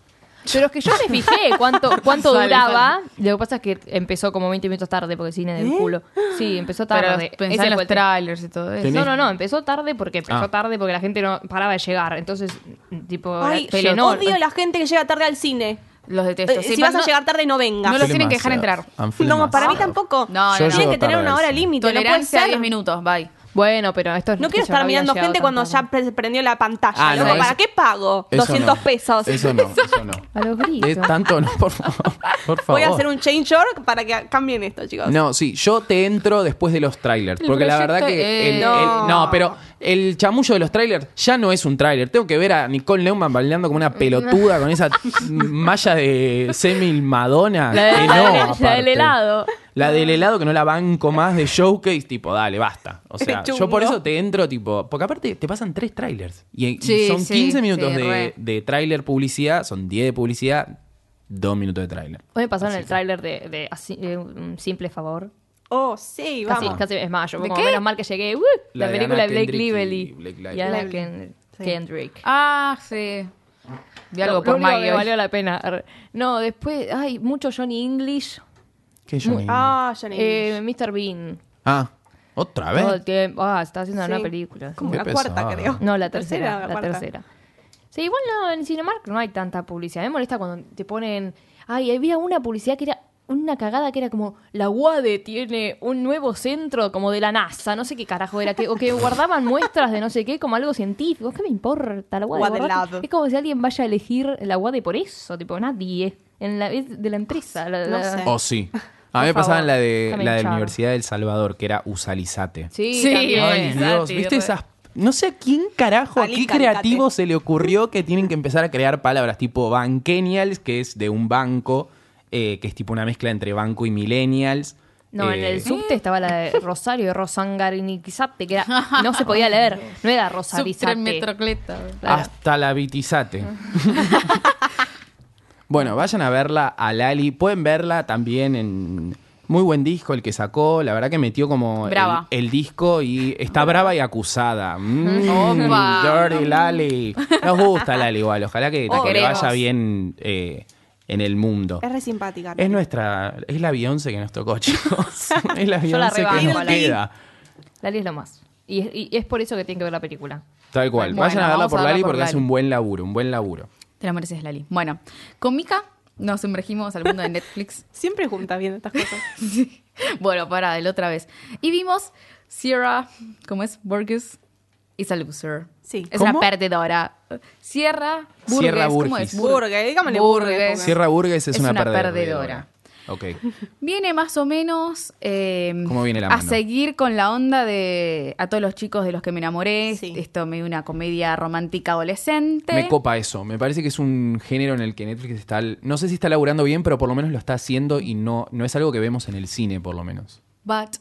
Pero es que yo me fijé cuánto, cuánto Sale, duraba. Lo que pasa es que empezó como 20 minutos tarde porque cine del culo. Sí, empezó ¿Eh? Pero tarde. pensá Ese en fue los el tema. trailers y todo eso. Tenés- No, no, no, empezó tarde porque empezó Ah. tarde porque la gente no paraba de llegar. Entonces, tipo, Ay, era yo Telenor. odio la gente que llega tarde al cine. Los detesto. Eh, Sí, si pero vas a no- llegar tarde, no vengas. No los tienen que dejar entrar. No, para mí tampoco. Yo No, no, no. Tienes llego que tener tarde una al hora cine. límite. No puede Tolerancia a ser. 10 minutos, bye. Bueno, pero esto es No quiero que yo estar había mirando llegado gente tan cuando tarde. ya pre- prendió la pantalla. Ah, no, Loco, eso- ¿Para qué pago? Eso 200 no. pesos. Eso no, eso no. A los De gritos. tanto no, por favor. Por favor. Voy a hacer un change org para que cambien esto, chicos. No, sí, yo te entro después de los trailers. El Porque la proyecto verdad que. el- es- el- no. No. pero el chamullo de los trailers ya no es un trailer. Tengo que ver a Nicole Neumann bailando como una pelotuda con esa malla de Semil Madonna. La de- que la no, de- la aparte. del helado. La del helado que no la banco más de showcase, tipo, dale, basta. O sea, yo por Chungo. eso te entro, tipo. Porque aparte te pasan tres trailers. Y, y Sí, son sí, 15 minutos sí, de, re. de trailer publicidad, son 10 de publicidad, 2 minutos de trailer. Hoy me pasaron el tráiler de, de así- de un simple favor. Oh, sí, Casi, vamos. casi es mayo. ¿De Como qué? menos mal que llegué. ¡Uh! La La, de Anna película de Blake Kendrick Lively. y Blake Lively. Y Anna Lively. Ken- Sí. Kendrick. Ah, sí. Vi algo Lo- por lo único Maggie. que hoy. valió la pena. Arre. No, después, ay, mucho Johnny English, ¿Qué yo me- Ah, Johnny. eh, Mr. Bean. Ah, otra vez. Todo el tiempo. Ah, está haciendo Sí. una película. como Qué la pesado. cuarta, creo. No, la tercera. o La cuarta. tercera. Sí, igual no, en Cinemark no hay tanta publicidad. Me molesta cuando te ponen. Ay, había una publicidad que era una cagada que era como la UADE tiene un nuevo centro como de la NASA, no sé qué carajo era, que, o que guardaban muestras de no sé qué como algo científico. ¿Qué me importa la UADE? UADE guardate? Lab. Es como si alguien vaya a elegir la UADE por eso, tipo nadie. En la, es de la empresa. la- No la- sé. Oh, sí. A Por mí me pasaba favor, en la de déjame la de la hinchar. Universidad del Salvador, que era Usalizate. Sí, Sí, también. Ay, Exacto, Dios, y ¿viste después- esas? No sé a quién carajo, a qué Alicante. creativo se le ocurrió que tienen que empezar a crear palabras tipo Bankenials, que es de un banco, eh, que es tipo una mezcla entre banco y millennials. No, en Eh, el subte estaba la de Rosario Rosangarinizate, que era, no se podía leer, no era Rosarizate. Subtremetrocleta. claro. Hasta la bitizate. bueno, vayan a verla a Lali. Pueden verla también en. Muy buen disco el que sacó. La verdad que metió como el, Brava. el disco y está brava y acusada. Mm, Opa. Dirty Lali. Nos gusta Lali igual. Ojalá que, La que le queremos. vaya bien eh, en el mundo. Es re simpática. Es nuestra. Es la Beyoncé que nos tocó, chicos. es la Yo la Beyoncé que rebanco nos a Lali. queda. Lali es lo más. Y es, y es por eso que tienen que ver la película. Tal cual. Bueno, Vayan a verla vamos por a verla Lali por porque hace Lali. un buen laburo. Un buen laburo. Te la mereces, Lali. Bueno, con Mika nos sumergimos al mundo de Netflix. Siempre juntas viendo estas cosas. Sí. Bueno, para del otra vez. Y vimos Sierra, ¿cómo es? Burgess is a loser. Sí. Es ¿Cómo? una perdedora. Sierra Burgess. Sierra ¿Cómo Burgess. es? Burgess, digámosle Burgess, porque- Sierra Burgess es, Es una perdedora. Ok. Viene más o menos eh, ¿Cómo viene la a mano? seguir con la onda de a todos los chicos de los que me enamoré. Sí. Esto me dio una comedia romántica adolescente. Me copa eso. Me parece que es un género en el que Netflix está. No sé si está laburando bien, pero por lo menos lo está haciendo y no, no es algo que vemos en el cine, por lo menos. But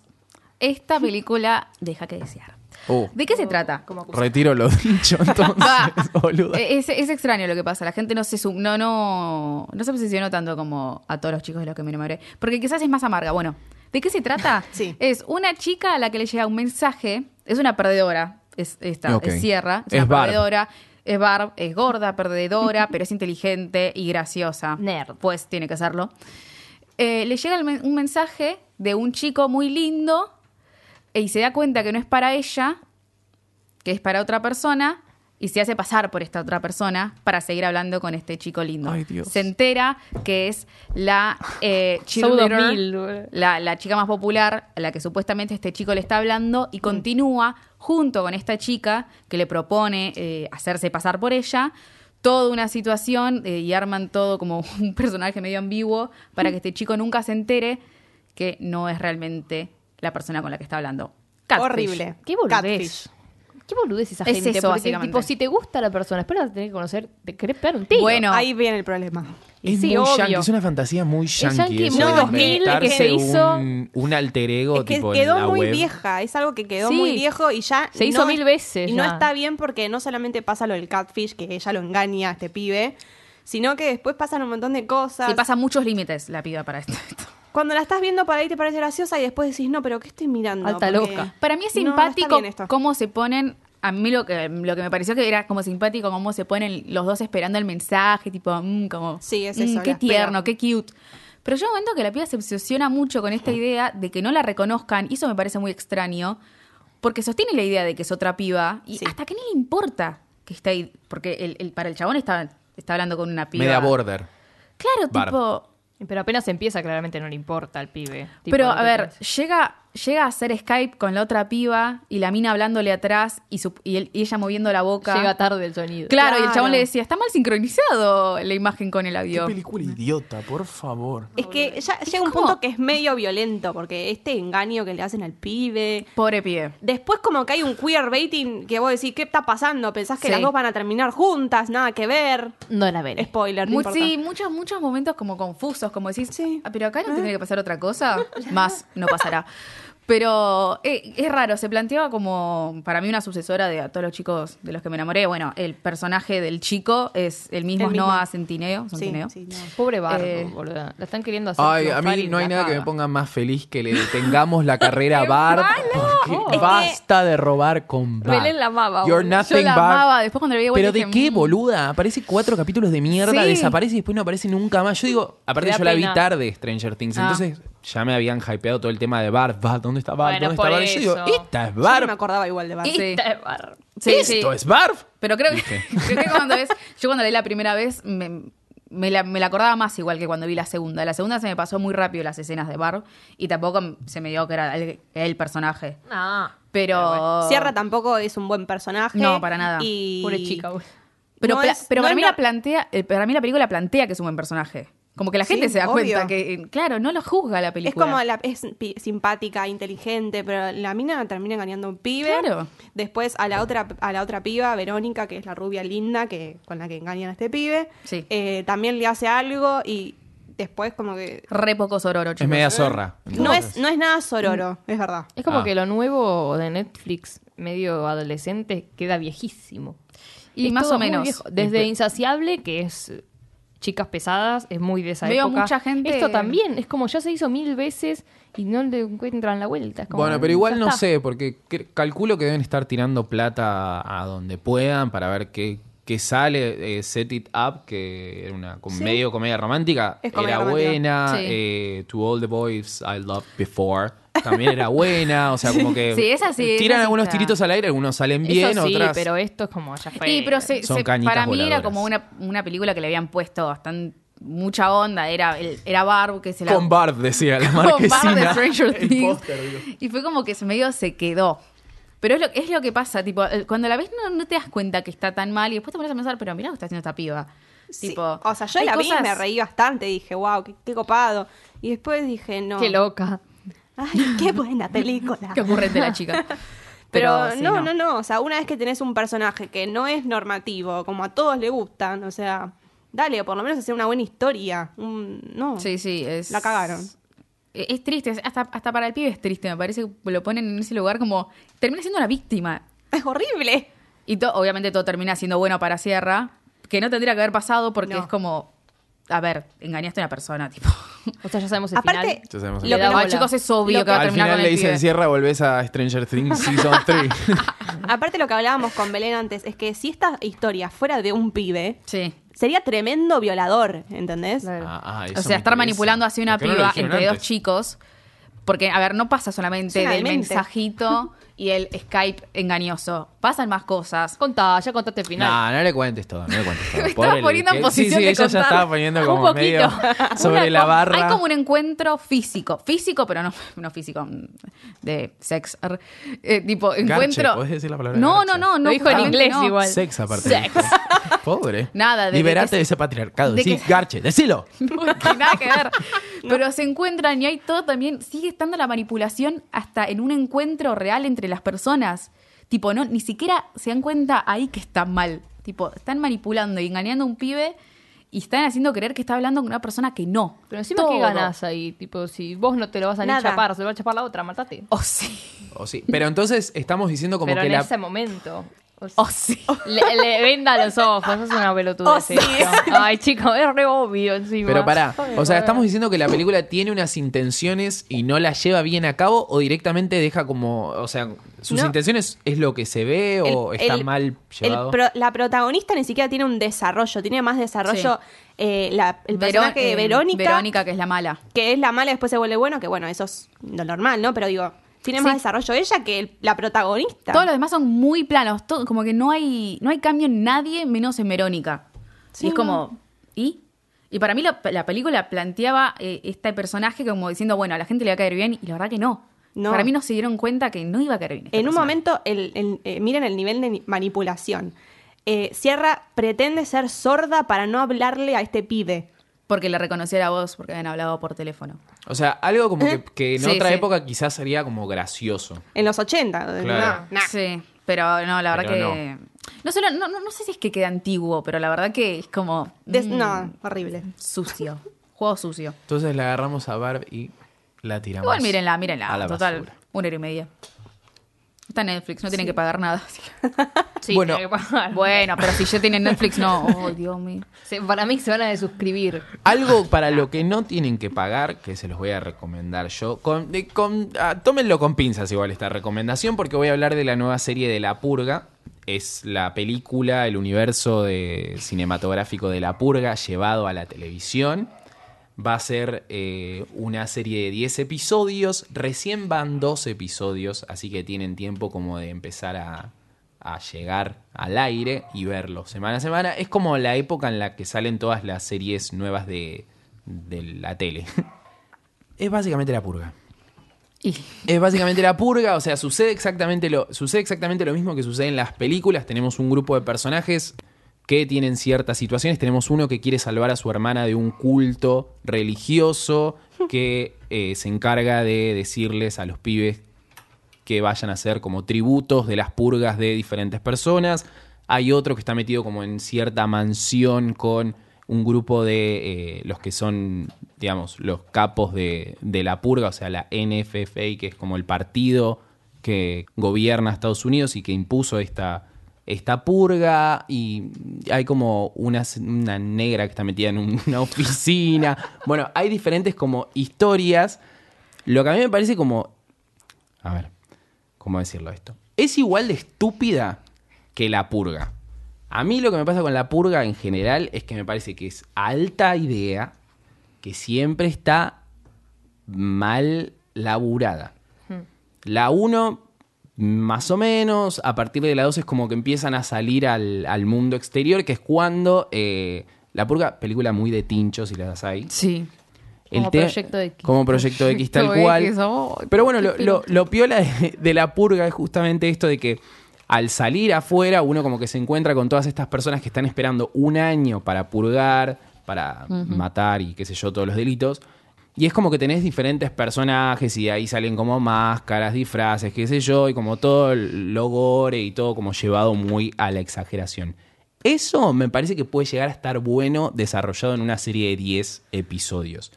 esta película deja que desear. Oh, ¿De qué se trata? Como acusa- retiro lo dicho Va. entonces, boluda. Eh, Es, es extraño lo que pasa. La gente no se sub- no, no, no se obsesionó tanto como a todos los chicos de los que me enamoré. Porque quizás es más amarga. Bueno, ¿de qué se trata? Sí. Es una chica a la que le llega un mensaje. Es una perdedora. Es esta, Ok. es Sierra. Es, Es una Barb. perdedora. Es Barb, es gorda, perdedora, pero es inteligente y graciosa. Nerd. Pues tiene que hacerlo. Eh, le llega el men- un mensaje de un chico muy lindo y se da cuenta que no es para ella, que es para otra persona, y se hace pasar por esta otra persona para seguir hablando con este chico lindo. Ay, Dios. Se entera que es la eh, Pseudo cheerleader, mil, boludo. la, la chica más popular, a la que supuestamente este chico le está hablando, Mm. y continúa junto con esta chica que le propone eh, hacerse pasar por ella. Toda una situación eh, y arman todo como un personaje medio ambiguo para que este chico nunca se entere que no es realmente la persona con la que está hablando. Catfish. Horrible. Qué Catfish. boludez. Qué boludez esa Es gente. eso, porque, básicamente. Tipo, si te gusta la persona, espera vas a tener que conocer, te querés pegar un tiro. Bueno. No. Ahí viene el problema. Y Es sí, muy obvio. yankee, es una fantasía muy yankee. yankee, eso muy de 2000, que inventarse se hizo- Un, un alter ego Es que tipo en quedó la muy web. vieja, es algo que quedó Sí. muy viejo y ya... Se hizo mil veces Y no ya. está bien porque no solamente pasa lo del catfish, que ella lo engaña a este pibe, sino que después pasan un montón de cosas. Se pasa muchos límites la piba para esto. Cuando la estás viendo por ahí te parece graciosa y después decís, no, pero ¿qué estoy mirando? Alta Porque- loca. Para mí es No, no simpático está bien esto. cómo se ponen. A mí lo que, lo que me pareció que era como simpático cómo se ponen los dos esperando el mensaje, tipo, mm, como. Sí, es mm, eso, qué la espera. tierno, qué cute. Pero yo momento que la piba se obsesiona mucho con esta idea de que no la reconozcan, y eso me parece muy extraño, porque sostiene la idea de que es otra piba, y Sí. hasta que ni le importa que está ahí, porque el, el- para el chabón está, está hablando con una piba. Media border. Claro, Bar. tipo. Pero apenas empieza, claramente no le importa al pibe. Tipo, Pero, lo a que ver, piensa. llega, llega a hacer Skype con la otra piba y la mina hablándole atrás y, su- y él- y ella moviendo la boca. Llega tarde el sonido. Claro, y el Claro. chabón le decía, está mal sincronizado la imagen con el Qué audio. película idiota, por favor. Es que ya llega un como- punto que es medio violento, porque este engaño que le hacen al pibe... Pobre pibe. Después como que hay un queerbaiting que vos decís, ¿qué está pasando? Pensás que Sí. las dos van a terminar juntas, nada que ver. No la veré. Spoiler, no Mu- importa. sí, muchos, muchos momentos como confusos, como decís, Sí. Eh. "Ah, pero acá no tendría que pasar otra cosa, más no pasará. Pero eh, es raro, se planteaba como para mí una sucesora de a todos los chicos de los que me enamoré. Bueno, el personaje del chico es el mismo, El mismo. Noah Centineo. Centineo. Sí, sí, no. Pobre Bardo, Eh. boluda. La están queriendo hacer. Ay, a triunfar mí y no hay la nada que me caga. ponga más feliz que le detengamos la carrera a Barb. Porque Es que- basta de robar con Barb. Belén la amaba, You're boludo. nothing, Yo la Barb. amaba, después cuando la vi de vuelta ¿Pero de dije, qué, "Mm". boluda? Aparece cuatro capítulos de mierda, Sí. desaparece y después no aparece nunca más. Yo digo, aparte Te da yo la vi pena. tarde, Stranger Things, Ah. entonces ya me habían hypeado todo el tema de Barb. Barb, ¿dónde está Barb? Bueno, ¿Dónde está por Barb? Y yo digo, eso. esta es Yo no me Barb. acordaba igual de Barb. Sí. Esta es Bardo. Sí, sí. ¿Esto es Barb? Pero creo que, creo que cuando es. Yo cuando leí la primera vez me, me la, me la acordaba más igual que cuando vi la segunda. La segunda se me pasó muy rápido las escenas de Barb y tampoco m- se me dio que era el, el personaje. No. Pero. Sierra tampoco es un buen personaje. No, para nada. Y... Pobre chica, boludo. Pero, no pla- es- pero no para, es mí lo- la plantea, eh, para mí la película plantea que es un buen personaje. Como que la Sí, gente se da obvio. cuenta que, eh, claro, no lo juzga la película. Es como la, es pi- simpática, inteligente, pero la mina termina engañando a un pibe. Claro. Después a la otra, a la otra piba, Verónica, que es la rubia linda que, con la que engañan a este pibe. Sí. eh, también le hace algo y después como que Re poco sororo, chicos. Es media zorra. no es, no es nada sororo, Mm. es verdad. Es como Ah. que lo nuevo de Netflix, medio adolescente, queda viejísimo. Y Es más todo o muy menos. viejo. Desde Insaciable, que es eh, Chicas Pesadas, es muy de esa Veo época. mucha gente- Esto también, es como ya se hizo mil veces y no le encuentran la vuelta. es como, Bueno, pero igual ya no está. sé, porque cre- calculo que deben estar tirando plata a donde puedan para ver qué, qué sale. Eh, Set It Up, que era una com- medio comedia romántica, Es comedia era romántica. buena. Sí. Eh, to All the Boys I Loved Before también era buena. O sea, como que. Sí, esa sí, esa Tiran sí algunos está. tiritos al aire, algunos salen bien, Eso sí, otras. pero esto es como ya fue. Sí, pero se- Son se- cañitas para mí voladoras. era como una, una película que le habían puesto bastante mucha onda. Era, el- era Barb que se la. Con Bard, decía la con Barb de marquesina. Stranger El Things. póster, digo. y fue como que se medio se quedó. Pero es lo, es lo que pasa, tipo, eh, cuando la ves no, no te das cuenta que está tan mal y después te pones a pensar, pero mirá lo que está haciendo esta piba. Sí, Tipo, o sea, yo hay la vi cosas- y me reí bastante. Dije, wow, qué, qué copado. Y después dije, no. Qué loca. Ay, qué buena película. Qué ocurrente la chica. Pero, sí, no, no, no. O sea, una vez que tenés un personaje que no es normativo, como a todos le gustan, o sea, dale, por lo menos hacer una buena historia. un- no. Sí, sí, es. La cagaron. Eh, Es triste, es- hasta, hasta para el pibe es triste, me parece que lo ponen en ese lugar como. Termina siendo una víctima. Es horrible. Y to- obviamente todo termina siendo bueno para Sierra, que no tendría que haber pasado porque No. es como. A ver, engañaste a una persona, tipo. O sea, ya sabemos el Aparte, final. Ya sabemos el final. lo que Pero, no- bola. chicos, es obvio que, Lo que- va a Al terminar final con le el dicen pibe. cierra, volvés a Stranger Things Season 3. aparte lo que hablábamos con Belén antes, es que si esta historia fuera de un pibe, Sí. sería tremendo violador, ¿entendés? Claro. Ah, O sea, estar manipulando así una piba entre dos chicos. Porque, a ver, no pasa solamente Es una del demente. mensajito y el Skype engañoso. Pasan más cosas. Contá, ya contaste el final. No, no le cuentes todo, no le cuentes todo. Me estaba Pobre poniendo en Luque. Sí, posición sí, de ella ya contar estaba poniendo un como poquito. medio sobre Una la com- barra. Hay como un encuentro físico. Físico, pero no, no físico. mm, De sex. ar- eh, tipo, encuentro. ¿podés decir la palabra No, no, garche? no, no. Lo dijo en justamente inglés no. igual. Sex aparte. Sex. Pobre. Nada, de- de Liberate que- de ese patriarcado. de sí, que- garche, decilo. Porque nada que ver. Pero se encuentran y hay todo también. Sigue estando la manipulación hasta en un encuentro real entre las personas. Tipo, no, ni siquiera se dan cuenta ahí que están mal. Tipo, están manipulando y engañando a un pibe y están haciendo creer que está hablando con una persona que no. Pero encima, Todo. ¿qué ganás ahí? Tipo, si vos no te lo vas a ni Nada. chapar, se lo va a chapar la otra, matate. O Oh, sí. O sí. Pero entonces estamos diciendo como Pero que en la. ese momento. o O sea, Oh, sí. le, le venda los ojos, es una pelotuda. Oh, sí. Ay, chicos, es re obvio encima. Pero pará, Ay, o sea, pará. estamos diciendo que la película tiene unas intenciones y no las lleva bien a cabo o directamente deja como, o sea, sus No. intenciones es lo que se ve o El- está el- mal el llevado. pro- la protagonista ni siquiera tiene un desarrollo, tiene más desarrollo eh, la- el Verón- personaje de eh, Verónica, Verónica, que es la mala. que es la mala y después se vuelve bueno, que bueno, eso es lo normal, ¿no? Pero digo, tiene más Sí. desarrollo ella que el- la protagonista. Todos los demás son muy planos. todo- como que no hay, no hay cambio en nadie menos en Verónica. Sí, y es como. ¿Y? Y para mí la, la película planteaba eh, este personaje como diciendo, bueno, a la gente le va a caer bien, y la verdad que no. No. Para mí no se dieron cuenta que no iba a caer bien. este En un personaje. momento, el- el- eh, miren el nivel de ni- manipulación. Eh, Sierra pretende ser sorda para no hablarle a este pibe. Porque le reconocí la voz porque habían hablado por teléfono. O sea, algo como que, que en Sí, otra sí. época quizás sería como gracioso. En los 80. Ah. Claro. no, nah. Sí, pero no, la verdad Pero que. No, solo, no, no, no sé si es que queda antiguo, pero la verdad que es como. Des- mm, no, horrible. Sucio. Juego sucio. Entonces la agarramos a Barb y la tiramos. Igual mírenla, mírenla. a la total, basura. una hora y media. Está en Netflix, no tienen que pagar nada. así que- Sí, Bueno. tiene que pagar. Bueno, pero si ya tienen Netflix, no. Oh, Dios mío. Se- para mí se van a desuscribir. Algo para lo que no tienen que pagar, que se los voy a recomendar yo. Con, de- con- ah, tómenlo con pinzas igual esta recomendación, porque voy a hablar de la nueva serie de La Purga. Es la película, el universo de- cinematográfico de La Purga llevado a la televisión. Va a ser eh, una serie de 10 episodios. Recién van dos episodios, así que tienen tiempo como de empezar a, a llegar al aire y verlo semana a semana. Es como la época en la que salen todas las series nuevas de, de la tele. Es básicamente la purga. Y Es básicamente la purga, o sea, sucede exactamente, lo, sucede exactamente lo mismo que sucede en las películas. Tenemos un grupo de personajes que tienen ciertas situaciones. Tenemos uno que quiere salvar a su hermana de un culto religioso que eh, se encarga de decirles a los pibes que vayan a ser como tributos de las purgas de diferentes personas. Hay otro que está metido como en cierta mansión con un grupo de eh, los que son, digamos, los capos de, de la purga, o sea, la NFFA, que es como el partido que gobierna Estados Unidos y que impuso esta, esta purga. Y hay como una, una negra que está metida en un- una oficina. Bueno, hay diferentes como historias. Lo que a mí me parece como a ver, ¿cómo decirlo esto? Es igual de estúpida que la purga. A mí lo que me pasa con la purga en general es que me parece que es alta idea que siempre está mal laburada. La 1, más o menos, a partir de la 2 es como que empiezan a salir al, al mundo exterior, que es cuando eh, La Purga, película muy de tinchos si las hay. Sí. Como te- Proyecto X. Como Proyecto X tal Proyecto cual. X, oh, Pero bueno, lo, lo- lo piola de, de la purga es justamente esto de que al salir afuera uno como que se encuentra con todas estas personas que están esperando un año para purgar, para matar y qué sé yo, todos los delitos. Y es como que tenés diferentes personajes y de ahí salen como máscaras, disfraces, qué sé yo, y como todo el- lo gore y todo como llevado muy a la exageración. Eso me parece que puede llegar a estar bueno desarrollado en una serie de 10 episodios.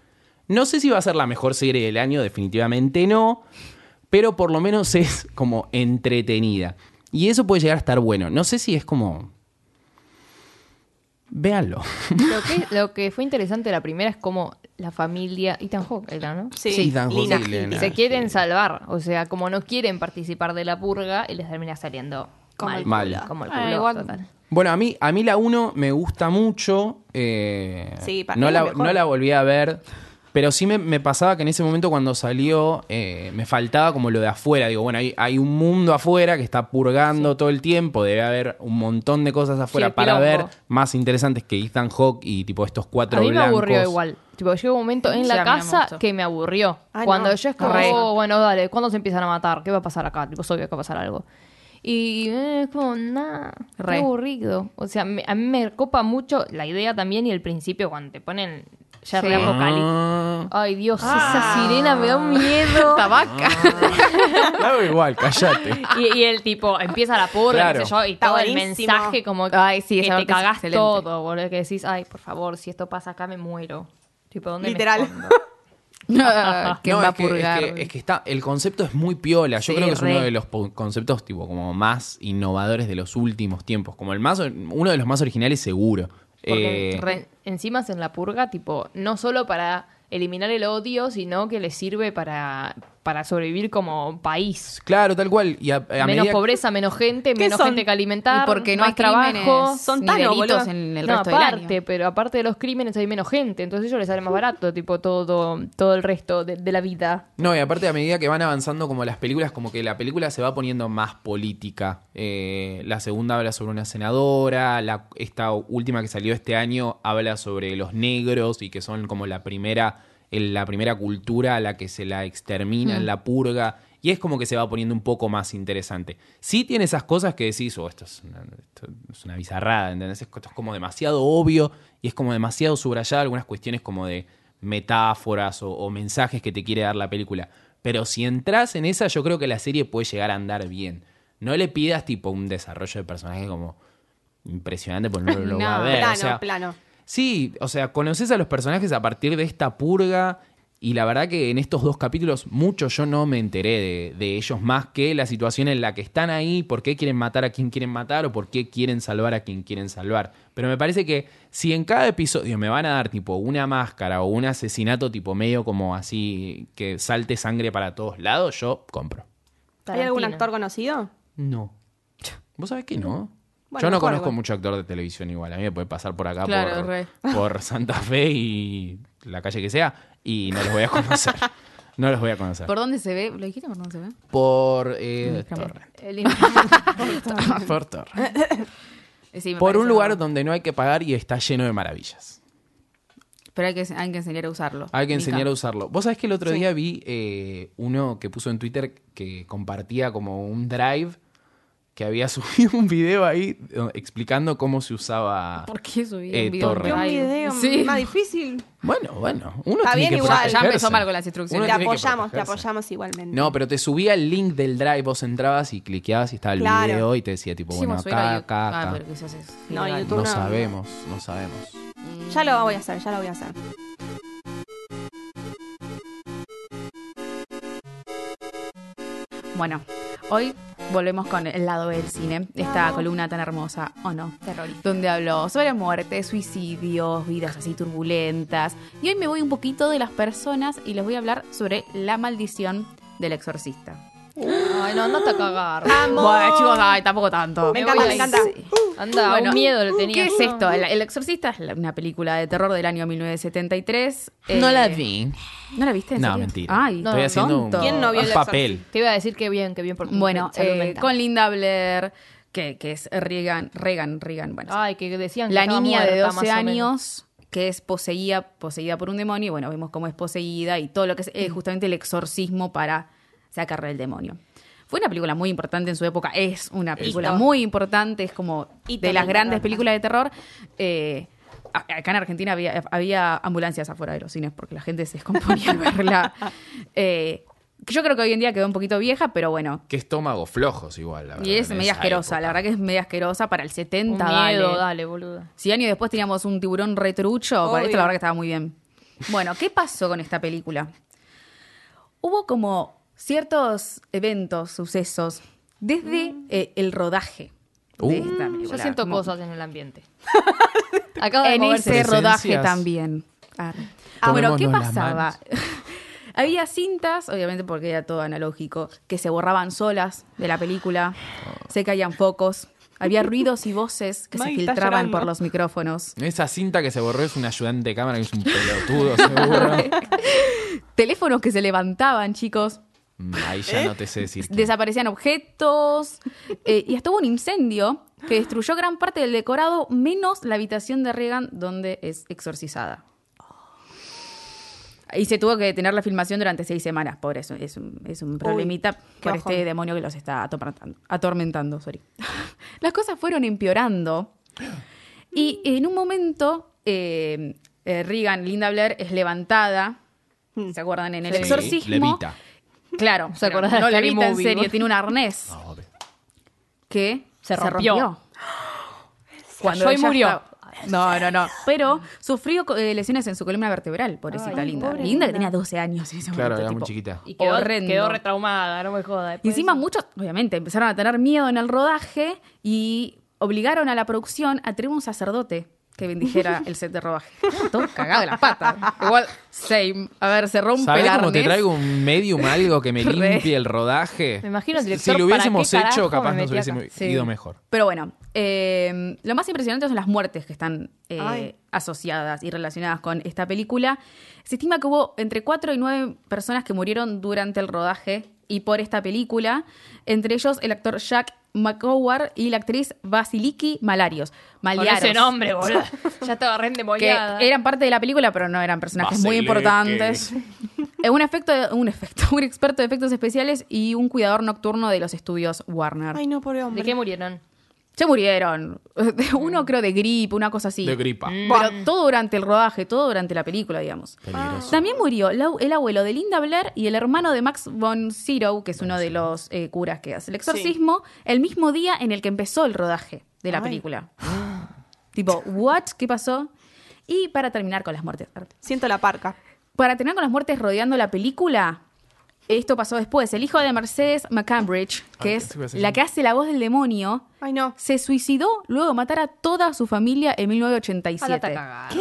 No sé si va a ser la mejor serie del año, definitivamente no, pero por lo menos es como entretenida. Y eso puede llegar a estar bueno. No sé si es como... Véanlo. Lo que, lo que fue interesante de la primera es como la familia Ethan Hawke era, ¿no? Sí, Sí, Dan Lina José y Higgins. Lena. Se quieren salvar, o sea, como no quieren participar de la purga, y les termina saliendo Como mal, el Mal. culo. como el Ah, culo, igual. total. Bueno, a mí, a mí la 1 me gusta mucho. eh, Sí, para mí no, es la la, mejor. no la volví a ver. Pero sí me, me pasaba que en ese momento cuando salió eh, me faltaba como lo de afuera. Digo, bueno, hay, hay un mundo afuera que está purgando todo el tiempo. Debe haber un montón de cosas afuera el para ver quilombo. más interesantes que Ethan Hawke y tipo estos cuatro A mí me blancos. aburrió igual. Tipo, llegó un momento en Sí, a la mí no me casa gustó. que me aburrió. Ah, Cuando no. yo es como, Re. "Oh, bueno, dale, ¿cuándo se empiezan a matar? ¿Qué va a pasar acá? Tipo, soy que va a pasar algo. Y eh, es como, nada, Re. aburrido. O sea, me- a mí me copa mucho la idea también y el principio cuando te ponen ya Sí. Ah. re apocalipsis. Ah, Ay, Dios, esa sirena me da un miedo. Tabaca. claro, igual, callate. Y, y el tipo empieza la purga, Claro. qué sé yo, y Está todo el buenísimo. mensaje como que, Ay, sí, que esa te parte es cagás excelente. todo, boludo, que decís, ay, por favor, si esto pasa acá me muero. Tipo, ¿dónde me Literal. escondo? ¿Quién No, va a es que- es purgar? que- es que está, el concepto es muy piola. Yo Sí, creo que es re. uno de los po- conceptos tipo como más innovadores de los últimos tiempos. Como el más, or- uno de los más originales seguro. Porque Eh, re- encima es en la purga, tipo, no solo para eliminar el odio, sino que le sirve para, para sobrevivir como país. claro, tal cual. Y a, Eh, a menos medida- pobreza, menos gente, menos son? gente que alimentar, Y porque no más hay trabajo. crímenes Son ni Tano, delitos boludo. en el no, resto aparte, del año. pero aparte de los crímenes hay menos gente, entonces a ellos les sale más barato, tipo, todo, todo el resto de, de la vida. No, y aparte a medida que van avanzando como las películas, como que la película se va poniendo más política. Eh, la segunda habla sobre una senadora, la, esta última que salió este año habla sobre los negros y que son como la primera, el- la primera cultura a la que se la extermina en la purga. Y es como que se va poniendo un poco más interesante. Sí tiene esas cosas que decís, oh, esto es una, esto es una bizarrada, ¿entendés? Esto es como demasiado obvio y es como demasiado subrayada algunas cuestiones como de metáforas o, o mensajes que te quiere dar la película. Pero si entras en esa, yo creo que la serie puede llegar a andar bien. No le pidas tipo un desarrollo de personaje como impresionante porque no lo va a No, ver. o Plano, sea, plano. Sí, o sea, conoces a los personajes a partir de esta purga. Y la verdad que en estos dos capítulos mucho yo no me enteré de, de ellos más que la situación en la que están ahí, por qué quieren matar a quien quieren matar o por qué quieren salvar a quien quieren salvar. Pero me parece que si en cada episodio me van a dar tipo una máscara o un asesinato tipo medio como así que salte sangre para todos lados, yo compro. ¿Hay algún Tarantino. actor conocido? No. ¿Vos sabés que no? Bueno, Yo no mejor, conozco bueno. mucho actor de televisión igual. A mí me puede pasar por acá, Claro, re. por, por Santa Fe y la calle que sea, y no los voy a conocer. no los voy a conocer. ¿Por dónde se ve? ¿Lo dijiste por dónde se ve? Por, eh, Torre. El- Por Torre. Eh, sí, me Por parece un lugar verdad. donde no hay que pagar y está lleno de maravillas. Pero hay que, hay que enseñar a usarlo. Hay que Mica. enseñar a usarlo. Vos sabés que el otro día vi eh, uno que puso en Twitter que compartía como un drive que había subido un video ahí eh, explicando cómo se usaba. ¿Por qué subí Eh, un video? torre. Yo un video Sí. más difícil. Bueno, bueno. Uno Está tiene bien que igual. protegerse. Ya empezó mal con las instrucciones. Uno Te tiene que apoyamos, te protegerse. apoyamos igualmente. No, pero te subía el link del Drive, vos entrabas y cliqueabas y estaba el Claro. video y te decía tipo, bueno, Hicimos subir acá, a YouTube. acá, Ah, acá. pero quizás es No, ilegal. YouTube. No no. sabemos, no sabemos. Ya lo voy a hacer, ya lo voy a hacer. Bueno, hoy volvemos con el lado del cine, esta columna tan hermosa, ¿o no? Terrorista. Donde hablo sobre muerte, suicidios, vidas así turbulentas. Y hoy me voy un poquito de las personas y les voy a hablar sobre la maldición del exorcista. Ay, no, andate a cagar. Bueno, chicos, ay, tampoco tanto. Me encanta, voy me ahí. encanta. Anda, Bueno, un miedo le tenía. ¿Qué es esto? El, El Exorcista es la- una película de terror del año 1973. Eh, No la vi. ¿No la viste? en No, serio? mentira. Ay, No, Estoy no, haciendo un, tonto. ¿Quién no vio un el papel. Te iba a decir que bien, que bien por tu Bueno, salud eh, mental. con Linda Blair, que, que es Reagan, Reagan, Reagan, bueno. Ay, que decían que la estaba niña de muerta, 12 más o menos. años que es poseída, poseída por un demonio, y bueno, vemos cómo es poseída y todo lo que es Mm. eh, justamente el exorcismo para sacarle el demonio. Fue una película muy importante en su época, es una película Hito. muy importante, es como Hito de las del grandes terror. películas de terror. Eh, a- acá en Argentina había, había ambulancias afuera de los cines porque la gente se descomponía al verla. Eh, que yo creo que hoy en día quedó un poquito vieja, pero bueno, Qué estómago flojos igual, la verdad. y es en media esa asquerosa, la época. verdad que es media asquerosa para el 70, Un miedo, dale. dale, boluda. Si años después teníamos un tiburón retrucho, para Obvio. esto la verdad que estaba muy bien. Bueno, ¿qué pasó con esta película? Hubo como ciertos eventos, sucesos, desde eh, el rodaje Uh. de esta Yo película. siento Como- cosas en el ambiente. Acaba de En moverse. ese rodaje Presencias. también. Ah, Ah, bueno, ¿qué Tomémonos las pasaba? manos. Había cintas, obviamente porque era todo analógico, que se borraban solas de la película, Ah. se caían focos, había ruidos y voces que se Maggie está filtraban llorando. por los micrófonos. Esa cinta que se borró es un ayudante de cámara que es un pelotudo, seguro. teléfonos que se levantaban, chicos. Mm, Ahí ya no te sé decir. quién. Desaparecían objetos. eh, y hasta hubo un incendio que destruyó gran parte del decorado, menos la habitación de Reagan, donde es exorcizada. Y se tuvo que detener la filmación durante seis semanas, pobre, es un, es un- es un problemita qué por bajón. este demonio que los está atormentando. atormentando, sorry. Las cosas fueron empeorando. Y en un momento, eh, eh, Reagan, Linda Blair, es levantada. Hmm. ¿Se acuerdan? En el Sí, exorcismo. levita. Claro, ¿Se pero acuerdan de no Scary levita en Movie, serio, vos? tiene un arnés No, obvio. que Se rompió. Cuando cayó y ella murió. estaba- No, no, no. Pero sufrió co- eh, lesiones en su columna vertebral, pobrecita Ay, linda. pobre linda que Linda. tenía 12 años en ese Claro, momento, era muy tipo, chiquita. Y quedó, horrendo. quedó retraumada, no me Y jodas. Después encima de eso- muchos, obviamente, empezaron a tener miedo en el rodaje y obligaron a la producción a tener un sacerdote que bendijera el set de rodaje. Todo cagado de la pata. Igual, same. A ver, se rompe el ¿Sabés cómo te arnés. traigo un medium algo que me Re. limpie el rodaje? Me imagino el Si director, lo ¿para hubiésemos qué carajo hecho, me capaz nos metí hubiésemos acá? Sí. ido mejor. Pero bueno, eh, lo más impresionante son las muertes que están eh, Ay. asociadas y relacionadas con esta película. Se estima que hubo entre 4 y 9 personas que murieron durante el rodaje y por esta película, entre ellos el actor Jack McGowar y la actriz Vasiliki Malarios. Con Maliaros. ese nombre, boludo. Ya estaba re Que endemoniada. eran parte de la película, pero no eran personajes muy Vasiliki. importantes. Eh, Un efecto, un efecto, un experto de efectos especiales y un cuidador nocturno de los estudios Warner. Ay, no, pobre hombre. ¿De qué murieron? Se murieron. Uno creo de gripe, una cosa así. De gripa. Pero todo durante el rodaje, todo durante la película, digamos. Peligroso. También murió la- el abuelo de Linda Blair y el hermano de Max von Sydow, que es uno de los eh, curas que hace el exorcismo, el mismo día en el que empezó el rodaje de la Ay. película. tipo, ¿what? ¿Qué pasó? Y para terminar con las muertes. Siento la parca. Para terminar con las muertes rodeando la película, esto pasó después. El hijo de Mercedes McCambridge, que Ay, es sí, voy a hacer la un- que hace la voz del demonio, Ay, no. se suicidó luego de matar a toda su familia en Andate a 1987. cagar.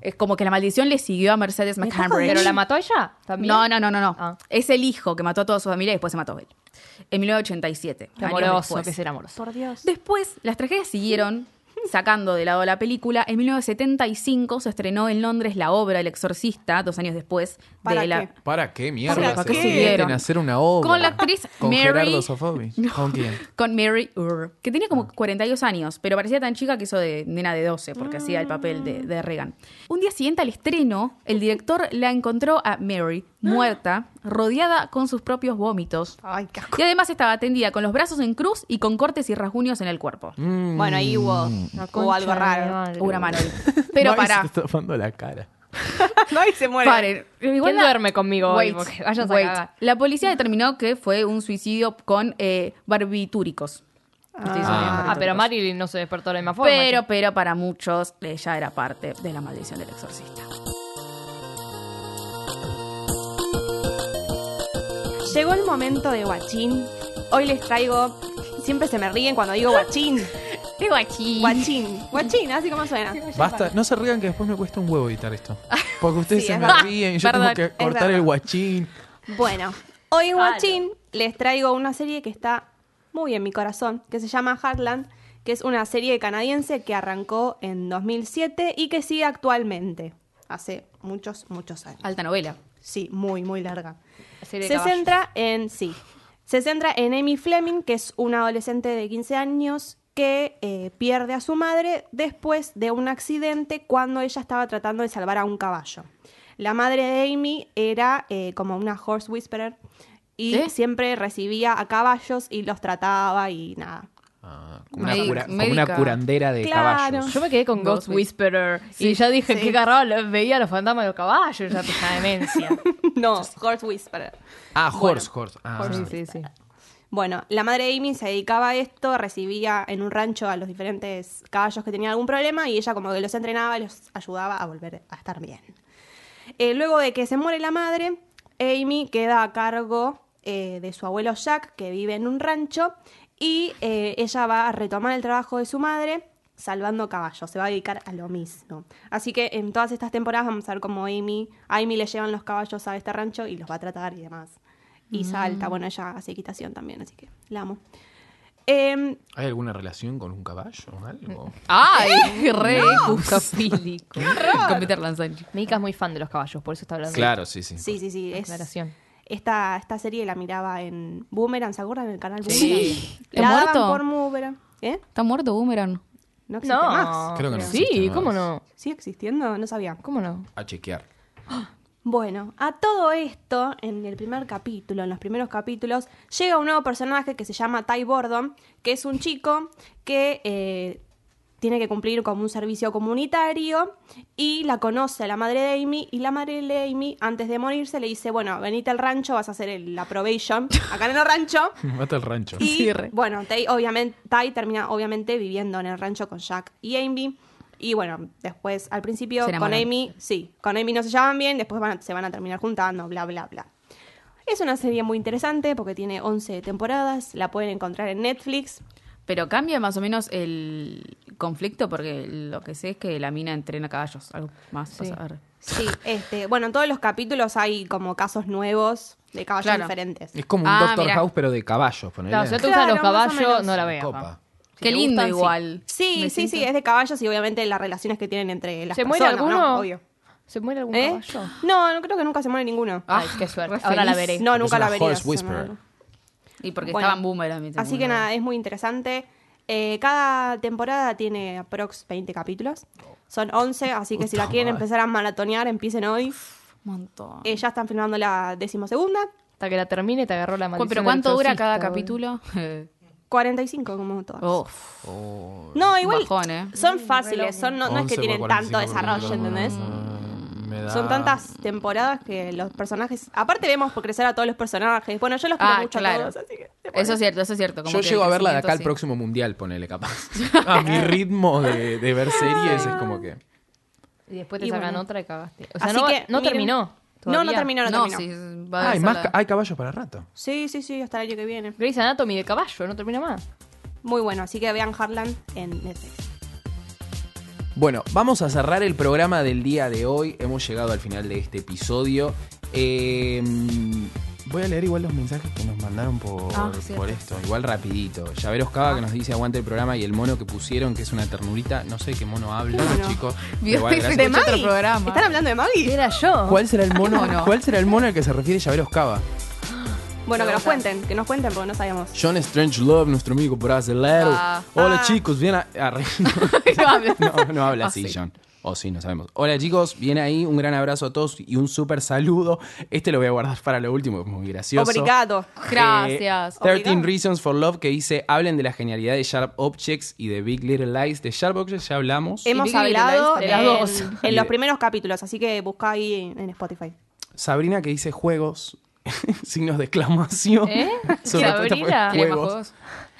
Es como que la maldición le siguió a Mercedes McCambridge. ¿Pero la mató ella? ¿También? No, no, no, no. no. Ah. Es el hijo que mató a toda su familia y después se mató él. En 1987. Qué años amoroso, después. que ser amoroso. Por Dios. Después, las tragedias siguieron, sacando de lado la película. En 1975 se estrenó en Londres la obra El Exorcista, dos años después ¿Para de la... qué? ¿Para qué mierda? ¿Para ¿Para qué? se meten a hacer una obra? Con la actriz ¿Con Mary- Gerardo Sofovich? ¿Con quién? Con Mary Ur, que tenía como 42 años, pero parecía tan chica que hizo de nena de 12, porque hacía el papel de, de Regan. Un día siguiente al estreno, el director la encontró a Mary, muerta, rodeada con sus propios vómitos. Ay, qué asco. Y además estaba tendida con los brazos en cruz y con cortes y rasguños en el cuerpo. Bueno, ahí hubo, hubo algo raro. O Una mano. Pero Maggie para. se está tapando la cara. No, y se muere. Paren. ¿Quién la- duerme conmigo hoy? Wait, Porque vayas a wait. cagar. La policía determinó que fue un suicidio con eh, barbitúricos. Estoy diciendo bien Ah, pero barbitúricos. Marilyn no se despertó de la misma forma. Pero, pero para muchos, ella era parte de la maldición del exorcista. Llegó el momento de guachín. Hoy les traigo. Siempre se me ríen cuando digo guachín. Guachín. Guachín, así como suena. Basta, no se rían que después me cuesta un huevo editar esto. Porque ustedes Sí, se es me verdad. ríen y yo Perdón, tengo es que cortar verdad. el guachín. Bueno, hoy en guachín les traigo una serie que está muy en mi corazón, que se llama Heartland, que es una serie canadiense que arrancó en 2007 y que sigue actualmente, hace muchos, muchos años. Alta novela. Sí, muy, muy larga. Serie de se caballos. centra en, sí, se centra en Amy Fleming, que es una adolescente de 15 años que eh, pierde a su madre después de un accidente cuando ella estaba tratando de salvar a un caballo. La madre de Amy era eh, como una horse whisperer y ¿Eh? siempre recibía a caballos y los trataba y nada. Ah, como, una Medi- cura- como médica. una curandera de Claro. caballos. Yo me quedé con Ghost Ghost Whisperer y Sí, ya dije sí. que agarraba, lo- veía los fantasmas de los caballos, ya pues, una demencia. no, horse whisperer. Ah, horse, horse. Ah, Sí, sí, sí. Bueno, la madre de Amy se dedicaba a esto, recibía en un rancho a los diferentes caballos que tenían algún problema y ella como que los entrenaba y los ayudaba a volver a estar bien. Eh, luego de que se muere la madre, Amy queda a cargo eh, de su abuelo Jack, que vive en un rancho, y eh, ella va a retomar el trabajo de su madre salvando caballos, se va a dedicar a lo mismo. Así que en todas estas temporadas vamos a ver cómo Amy, a Amy le llevan los caballos a este rancho y los va a tratar y demás. Y salta, bueno, ella hace equitación también, así que la amo. Em, ¿Hay alguna relación con un caballo o algo? Mm. ¡Ay! Re buscafílico. Con Peter Lanzani. Mika es muy fan de los caballos, por eso está hablando. Claro, sí, sí. sí, sí, sí, de es, Aclaración. esta, esta serie la miraba en Boomerang, ¿se acuerdan? En el canal Boomerang. Sí. La ¿Está daban muerto? por Boomerang. ¿Eh? ¿Está muerto Boomerang? No existe No, más. Creo que no existe Sí, más. ¿cómo no? ¿Sigue existiendo? No sabía. ¿Cómo no? A chequear. Bueno, a todo esto, en el primer capítulo, en los primeros capítulos, llega un nuevo personaje que se llama Ty Bordon, que es un chico que eh, tiene que cumplir como un servicio comunitario y la conoce a la madre de Amy y la madre de Amy, antes de morirse, le dice, bueno, venite al rancho, vas a hacer el- la probation acá en el rancho. Mata el rancho. Y Sí, re. bueno, Ty, obviamente, Ty termina obviamente viviendo en el rancho con Jack y Amy. Y bueno, después al principio Se con enamoran. Amy, sí, con Amy no se llevan bien, después van a- se van a terminar juntando, bla, bla, bla. Es una serie muy interesante porque tiene 11 temporadas, la pueden encontrar en Netflix. Pero cambia más o menos el conflicto porque lo que sé es que la mina entrena caballos. Algo más. pasa. Arre. Sí, este, bueno, en todos los capítulos hay como casos nuevos de caballos Claro. diferentes. Es como un Ah, Doctor mirá. House, pero de caballos. ponele. Claro, si no te Claro, gustan los más o caballos, menos. no la veas. Copa. va. Si Qué te lindo gustan, sí. igual. Sí, Me sí, sí, siento- es de caballos y obviamente las relaciones que tienen entre las ¿Se muere personas, alguno? ¿no? Obvio. ¿Se muere algún ¿Eh? caballo? No, no creo que nunca se muere ninguno. Ay, qué suerte. re Ahora la feliz. veré. No, Porque nunca es la una vería. horse whisperer. no, no. Y porque Bueno, estaban boomerang. este Así que nada, es muy interesante. Eh, cada temporada tiene aprox 20 capítulos. Son 11, así que si la Puta quieren madre. empezar a maratonear, empiecen hoy. Un montón. Eh, ya están filmando la decimosegunda. Hasta que la termine te agarró la maldición. Pero del ¿cuánto dura exorcista, cada boludo. capítulo? 45 como todas. Uf. Oh, No, igual bajón, ¿eh? son fáciles, son, no, no es 11 que por tienen 45 tanto desarrollo, capítulos, ¿entendés? no, me da- Son tantas temporadas que los personajes... Aparte vemos por crecer a todos los personajes. Bueno, yo los quiero Ah, mucho claro. a todos, así que... Eso es cierto, eso es cierto. como Yo que llego el a verla de acá al crecimiento, próximo mundial, ponele capaz. a Ah, mi ritmo de, de ver series es como que. Y después te Y sacan bueno. otra y cagaste. O sea, Así no, va- que, no miren. terminó. No, no todavía. terminó, no, No, terminó. sí. va a Ah, hay, ser más, la- ca- hay caballos para rato. Sí, sí, sí, hasta el año que viene. Grey's Anatomy de caballo, no termina más. Muy bueno, así que vean Harlan en Netflix. Bueno, vamos a cerrar el programa del día de hoy. Hemos llegado al final de este episodio. Eh, voy a leer igual los mensajes que nos mandaron por, Ah, cierto. por esto. Igual rapidito. Llaveros Cava que nos dice aguante el programa y el mono que pusieron, que es una ternurita. No sé qué mono habla, mono? chicos. pero Dios, igual, gracias. de Escucha otro programa. ¿Están hablando de Maggie? Era yo. ¿Cuál será el mono, mono? ¿Cuál será el mono al que se refiere Llaveros Cava? Bueno, que nos cuenten, que nos cuenten porque no sabíamos. John Strange Love, nuestro amigo brasileño. Ah. Hola Ah. chicos, bien a... arre- No habla. No, no habla Ah, así, sí. John. O sí, no sabemos. Hola chicos, bien ahí, un gran abrazo a todos y un súper saludo. Este lo voy a guardar para lo último, es muy gracioso. Obrigado. Gracias. Eh, 13 Obrigado. Reasons for Love que dice, hablen de la genialidad de Sharp Objects y de Big Little Lies. De Sharp Objects ya hablamos. Hemos Big Little hablado Lies en, también. De en dos. los primeros capítulos, así que busca ahí en, en Spotify. Sabrina que dice juegos. Signos de exclamación. ¿Eh? Su ¿Sabrina? respuesta fue ¿Quieren más juegos. juegos?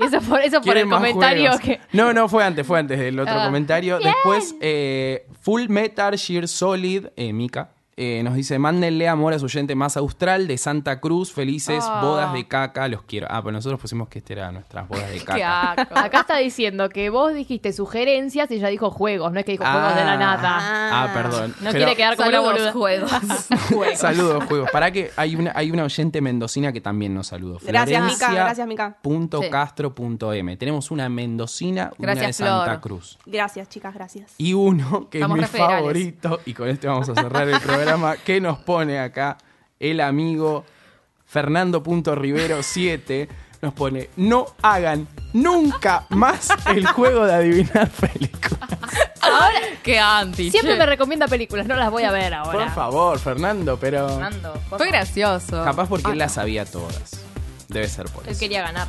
Eso por, eso por ¿Quieren el más comentario juegos? que. No, no, fue antes, fue antes del otro Ah. comentario. Después, eh, Full Metal Gear Solid, eh, Mika, Eh, nos dice, mándenle amor a su oyente más austral de Santa Cruz, felices, Ah. bodas de caca, los quiero. Ah, pues nosotros pusimos que este era nuestras bodas de Qué caca. asco. Acá está diciendo que vos dijiste sugerencias y ella dijo juegos, no es que dijo juegos de la nada. Ah, perdón. No Pero- quiere quedar como una boluda. Saludos, juegos. Saludos, juegos. Para que hay una, hay una oyente mendocina que también nos saludó. Gracias, Mica, Florencia gracias, Mica. punto Sí. Castro punto M. Tenemos una mendocina, una de Gracias, Santa Flor. Cruz. Gracias, chicas, gracias. Y uno que Estamos es re mi federales. favorito, y con este vamos a cerrar el programa, que nos pone acá el amigo Fernando.rivero7. Nos pone, no hagan nunca más el juego de adivinar películas. Ahora, qué anti. Siempre che. me recomienda películas, no las voy a ver ahora. Por favor, Fernando, pero Fernando, por Fue favor. gracioso. capaz porque Ah. él las sabía todas. Debe ser por Él eso. quería ganar.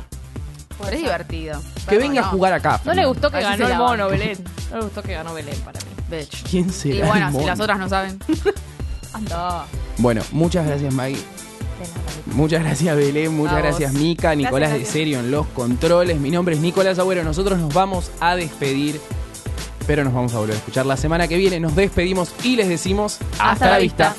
Pero es divertido. Que Pero venga no. a jugar acá. No le Fernando. gustó que Así se ganó el la van. mono, Belén. No le gustó que ganó Belén para mí. Bitch. ¿Quién será Y el bueno, si mono? las otras no saben. Anda. Bueno, muchas gracias, Maggie. Muchas gracias Belén, muchas A vos. gracias Mica, Nicolás gracias. de Serio en los controles. Mi nombre es Nicolás Agüero, nosotros nos vamos a despedir, pero nos vamos a volver a escuchar la semana que viene. Nos despedimos y les decimos hasta, la vista.